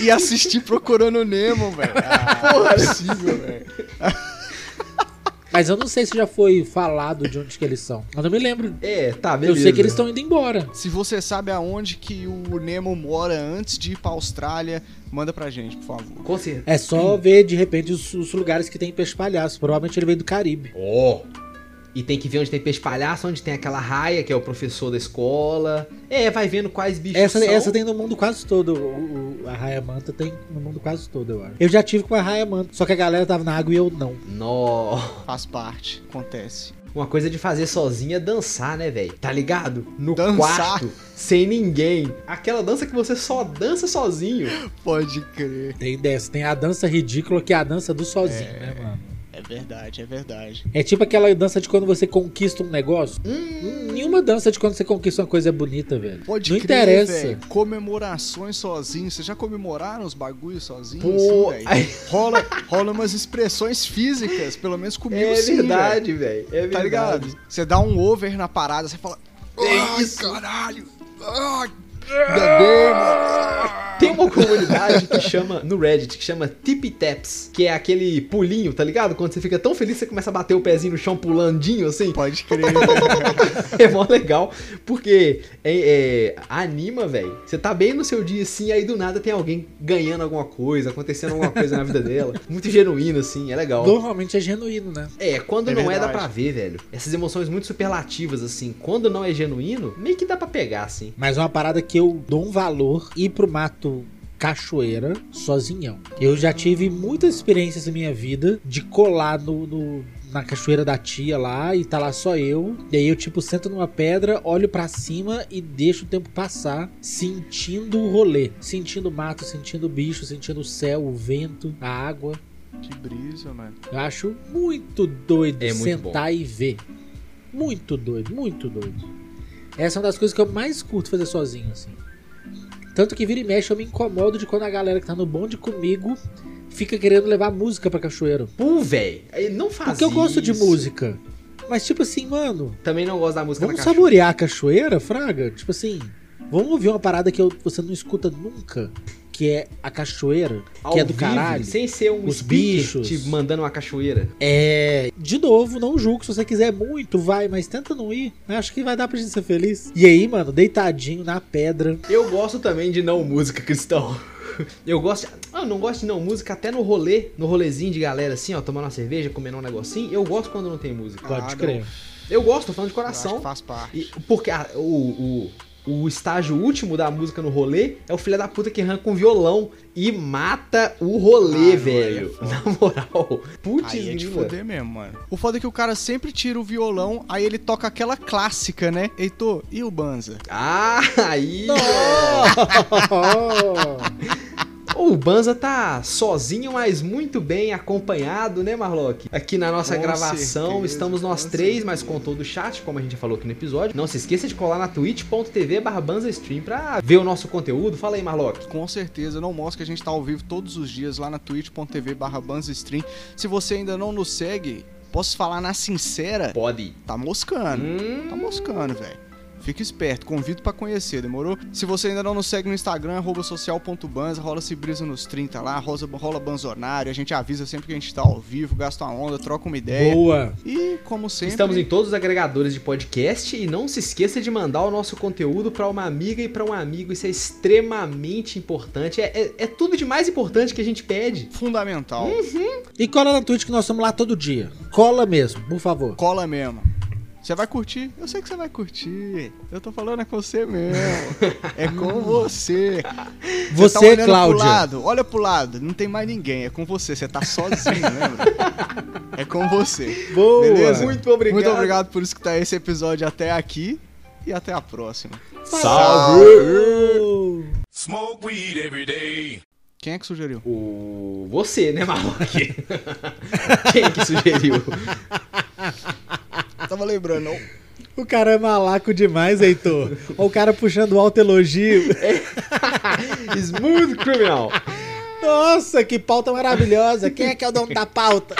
[SPEAKER 3] e assistir Procurando Nemo, velho. Ah, não é possível, velho.
[SPEAKER 2] Mas eu não sei se já foi falado de onde que eles são. Eu não me lembro.
[SPEAKER 1] É, tá,
[SPEAKER 2] Eu
[SPEAKER 1] beleza.
[SPEAKER 2] sei que eles estão indo embora.
[SPEAKER 3] Se você sabe aonde que o Nemo mora antes de ir pra Austrália, manda pra gente, por favor.
[SPEAKER 1] Com certeza.
[SPEAKER 2] É só ver, de repente, os, os lugares que tem peixe palhaço. Provavelmente ele veio do Caribe.
[SPEAKER 1] Ó. E tem que ver onde tem peixe palhaço, onde tem aquela raia, que é o professor da escola. É, vai vendo quais bichos
[SPEAKER 2] Essa,
[SPEAKER 1] são.
[SPEAKER 2] essa tem no mundo quase todo. O, o- a raia manta tem no mundo quase todo, eu acho. Eu já tive com a raia manta, só que a galera tava na água e eu não.
[SPEAKER 1] Nó.
[SPEAKER 3] Faz parte, acontece.
[SPEAKER 1] Uma coisa de fazer sozinha é dançar, né, velho? Tá ligado? No
[SPEAKER 3] Dançar.
[SPEAKER 1] quarto, sem ninguém. Aquela dança que você só dança sozinho.
[SPEAKER 3] Pode crer.
[SPEAKER 2] Tem dessa. Tem a dança ridícula, que é a dança do sozinho, né, mano?
[SPEAKER 3] É verdade, é verdade.
[SPEAKER 2] É tipo aquela dança de quando você conquista um negócio. Nenhuma dança de quando você conquista uma coisa é bonita, velho.
[SPEAKER 3] Hum. Pode
[SPEAKER 2] não
[SPEAKER 3] crer,
[SPEAKER 2] interessa.
[SPEAKER 3] velho. Comemorações sozinho. Vocês já comemoraram os bagulhos sozinhos?
[SPEAKER 1] Pô, aí-
[SPEAKER 3] rola, rola umas expressões físicas, pelo menos comigo
[SPEAKER 1] é
[SPEAKER 3] sim, velho.
[SPEAKER 1] verdade, velho. É verdade.
[SPEAKER 3] Tá ligado? Você dá um over na parada, você fala.
[SPEAKER 1] É
[SPEAKER 3] Ai,
[SPEAKER 1] isso.
[SPEAKER 3] caralho! Ai,
[SPEAKER 1] Ah!
[SPEAKER 3] ainda bem, mano.
[SPEAKER 1] Tem uma comunidade que chama, no Reddit, que chama Tip Taps, que é aquele pulinho, tá ligado? Quando você fica tão feliz, você começa a bater o pezinho no chão pulandinho, assim.
[SPEAKER 3] Pode crer, velho.
[SPEAKER 1] É mó legal, porque é, é, anima, velho. Você tá bem no seu dia assim, aí do nada tem alguém ganhando alguma coisa, acontecendo alguma coisa na vida dela. Muito genuíno, assim, é legal.
[SPEAKER 2] Normalmente é genuíno, né?
[SPEAKER 1] É, quando
[SPEAKER 3] É
[SPEAKER 1] não é, dá
[SPEAKER 3] verdade.
[SPEAKER 1] pra ver, velho. Essas emoções muito superlativas, assim. Quando não é genuíno, meio que dá pra pegar, assim.
[SPEAKER 2] Mas é uma parada que eu dou um valor ir pro mato cachoeira sozinhão. Eu já tive muitas experiências na minha vida de colar no, no- na cachoeira da tia lá e tá lá só eu. E aí eu tipo sento numa pedra, olho pra cima e deixo o tempo passar, sentindo o rolê, sentindo o mato, sentindo o bicho, sentindo o céu, o vento, a água.
[SPEAKER 3] Que brisa, mano.
[SPEAKER 2] Eu acho muito doido
[SPEAKER 1] É muito
[SPEAKER 2] sentar e ver. Muito doido, muito doido. Essa é uma das coisas que eu mais curto fazer sozinho, assim. Tanto que vira e mexe, eu me incomodo de quando a galera que tá no bonde comigo fica querendo levar música pra cachoeira.
[SPEAKER 1] Pô, velho, aí não faz
[SPEAKER 2] Porque eu gosto de
[SPEAKER 1] isso.
[SPEAKER 2] música. Mas tipo assim, mano,
[SPEAKER 1] Também não gosto da música
[SPEAKER 2] vamos
[SPEAKER 1] da cachoeira.
[SPEAKER 2] saborear a cachoeira, Fraga? Tipo assim, vamos ouvir uma parada que eu- você não escuta nunca, que é a cachoeira, que é
[SPEAKER 1] Ao
[SPEAKER 2] do
[SPEAKER 1] vivo,
[SPEAKER 2] caralho.
[SPEAKER 1] Sem ser um
[SPEAKER 2] Os
[SPEAKER 1] speaker
[SPEAKER 2] bichos.
[SPEAKER 1] te mandando uma cachoeira.
[SPEAKER 2] É, de novo, não julgo. Se você quiser muito, vai, mas tenta não ir. Eu acho que vai dar pra gente ser feliz. E aí, mano, deitadinho na pedra.
[SPEAKER 1] Eu gosto também de não música cristão. Eu gosto. Ah, eu não gosto de não música até no rolê, no rolezinho de galera assim, ó, tomando uma cerveja, comendo um negocinho. Eu gosto quando não tem música.
[SPEAKER 2] Pode
[SPEAKER 3] Ah, não.
[SPEAKER 2] crer.
[SPEAKER 1] Eu gosto, tô falando de
[SPEAKER 3] Eu acho que
[SPEAKER 1] coração.
[SPEAKER 3] faz parte.
[SPEAKER 1] E- porque a- o, o, o estágio último da música no rolê é o filho da puta que arranca um violão e mata o rolê,
[SPEAKER 3] Ah, não, aí é
[SPEAKER 1] velho.
[SPEAKER 3] foda.
[SPEAKER 1] Na moral. Putz,
[SPEAKER 3] Aí é de
[SPEAKER 1] grila.
[SPEAKER 3] foder mesmo, mano. O foda é que o cara sempre tira o violão, aí ele toca aquela clássica, né? Heitor, e o Banza?
[SPEAKER 1] Ah, aí.
[SPEAKER 2] Oh!
[SPEAKER 1] O Banza tá sozinho, mas muito bem acompanhado, né, Marlock? Aqui na nossa
[SPEAKER 3] Com
[SPEAKER 1] gravação
[SPEAKER 3] certeza,
[SPEAKER 1] estamos nós
[SPEAKER 3] com
[SPEAKER 1] três,
[SPEAKER 3] certeza.
[SPEAKER 1] mas com todo o chat, como a gente já falou aqui no episódio. Não se esqueça de colar na twitch.tv barra banzastream pra ver o nosso conteúdo. Fala aí, Marlock.
[SPEAKER 3] Com certeza, não mostra que a gente tá ao vivo todos os dias lá na twitch.tv barra banzastream. Se você ainda não nos segue, posso falar na sincera?
[SPEAKER 1] Pode.
[SPEAKER 3] Tá moscando.
[SPEAKER 1] Hum,
[SPEAKER 3] Tá moscando, velho. Fica esperto, convido pra conhecer, demorou? Se você ainda não nos segue no Instagram, arroba social.banza, rola-se brisa nos 30 lá, rosa- rola banzonário, a gente avisa sempre que a gente tá ao vivo, gasta uma onda, troca uma ideia.
[SPEAKER 2] Boa!
[SPEAKER 3] E, como sempre...
[SPEAKER 1] Estamos em todos os agregadores de podcast e não se esqueça de mandar o nosso conteúdo pra uma amiga e pra um amigo. Isso é extremamente importante. É, é- é tudo de mais importante que a gente pede.
[SPEAKER 3] Fundamental.
[SPEAKER 2] E cola na Twitch que nós estamos lá todo dia. Cola mesmo, por favor.
[SPEAKER 3] Cola mesmo. Você vai curtir? Eu sei que você vai curtir. Eu tô falando é com você mesmo. É com você.
[SPEAKER 2] Você,
[SPEAKER 3] tá olhando Pro
[SPEAKER 2] Cláudia.
[SPEAKER 3] lado, olha pro lado. Não tem mais ninguém. É com você. Você tá sozinho, lembra? É com você.
[SPEAKER 2] Boa!
[SPEAKER 3] Beleza?
[SPEAKER 1] Muito obrigado.
[SPEAKER 3] Muito obrigado por escutar esse episódio até aqui. E até a próxima.
[SPEAKER 2] Salve!
[SPEAKER 4] Smoke weed every day.
[SPEAKER 3] Quem é que sugeriu?
[SPEAKER 1] O... Você, né, Marlock? Quem é que sugeriu?
[SPEAKER 3] Tava lembrando. não.
[SPEAKER 2] O cara é malaco demais, Heitor. Olha o cara puxando alto elogio.
[SPEAKER 1] Smooth Criminal.
[SPEAKER 2] Nossa, que pauta maravilhosa. Quem é que é o dono da pauta?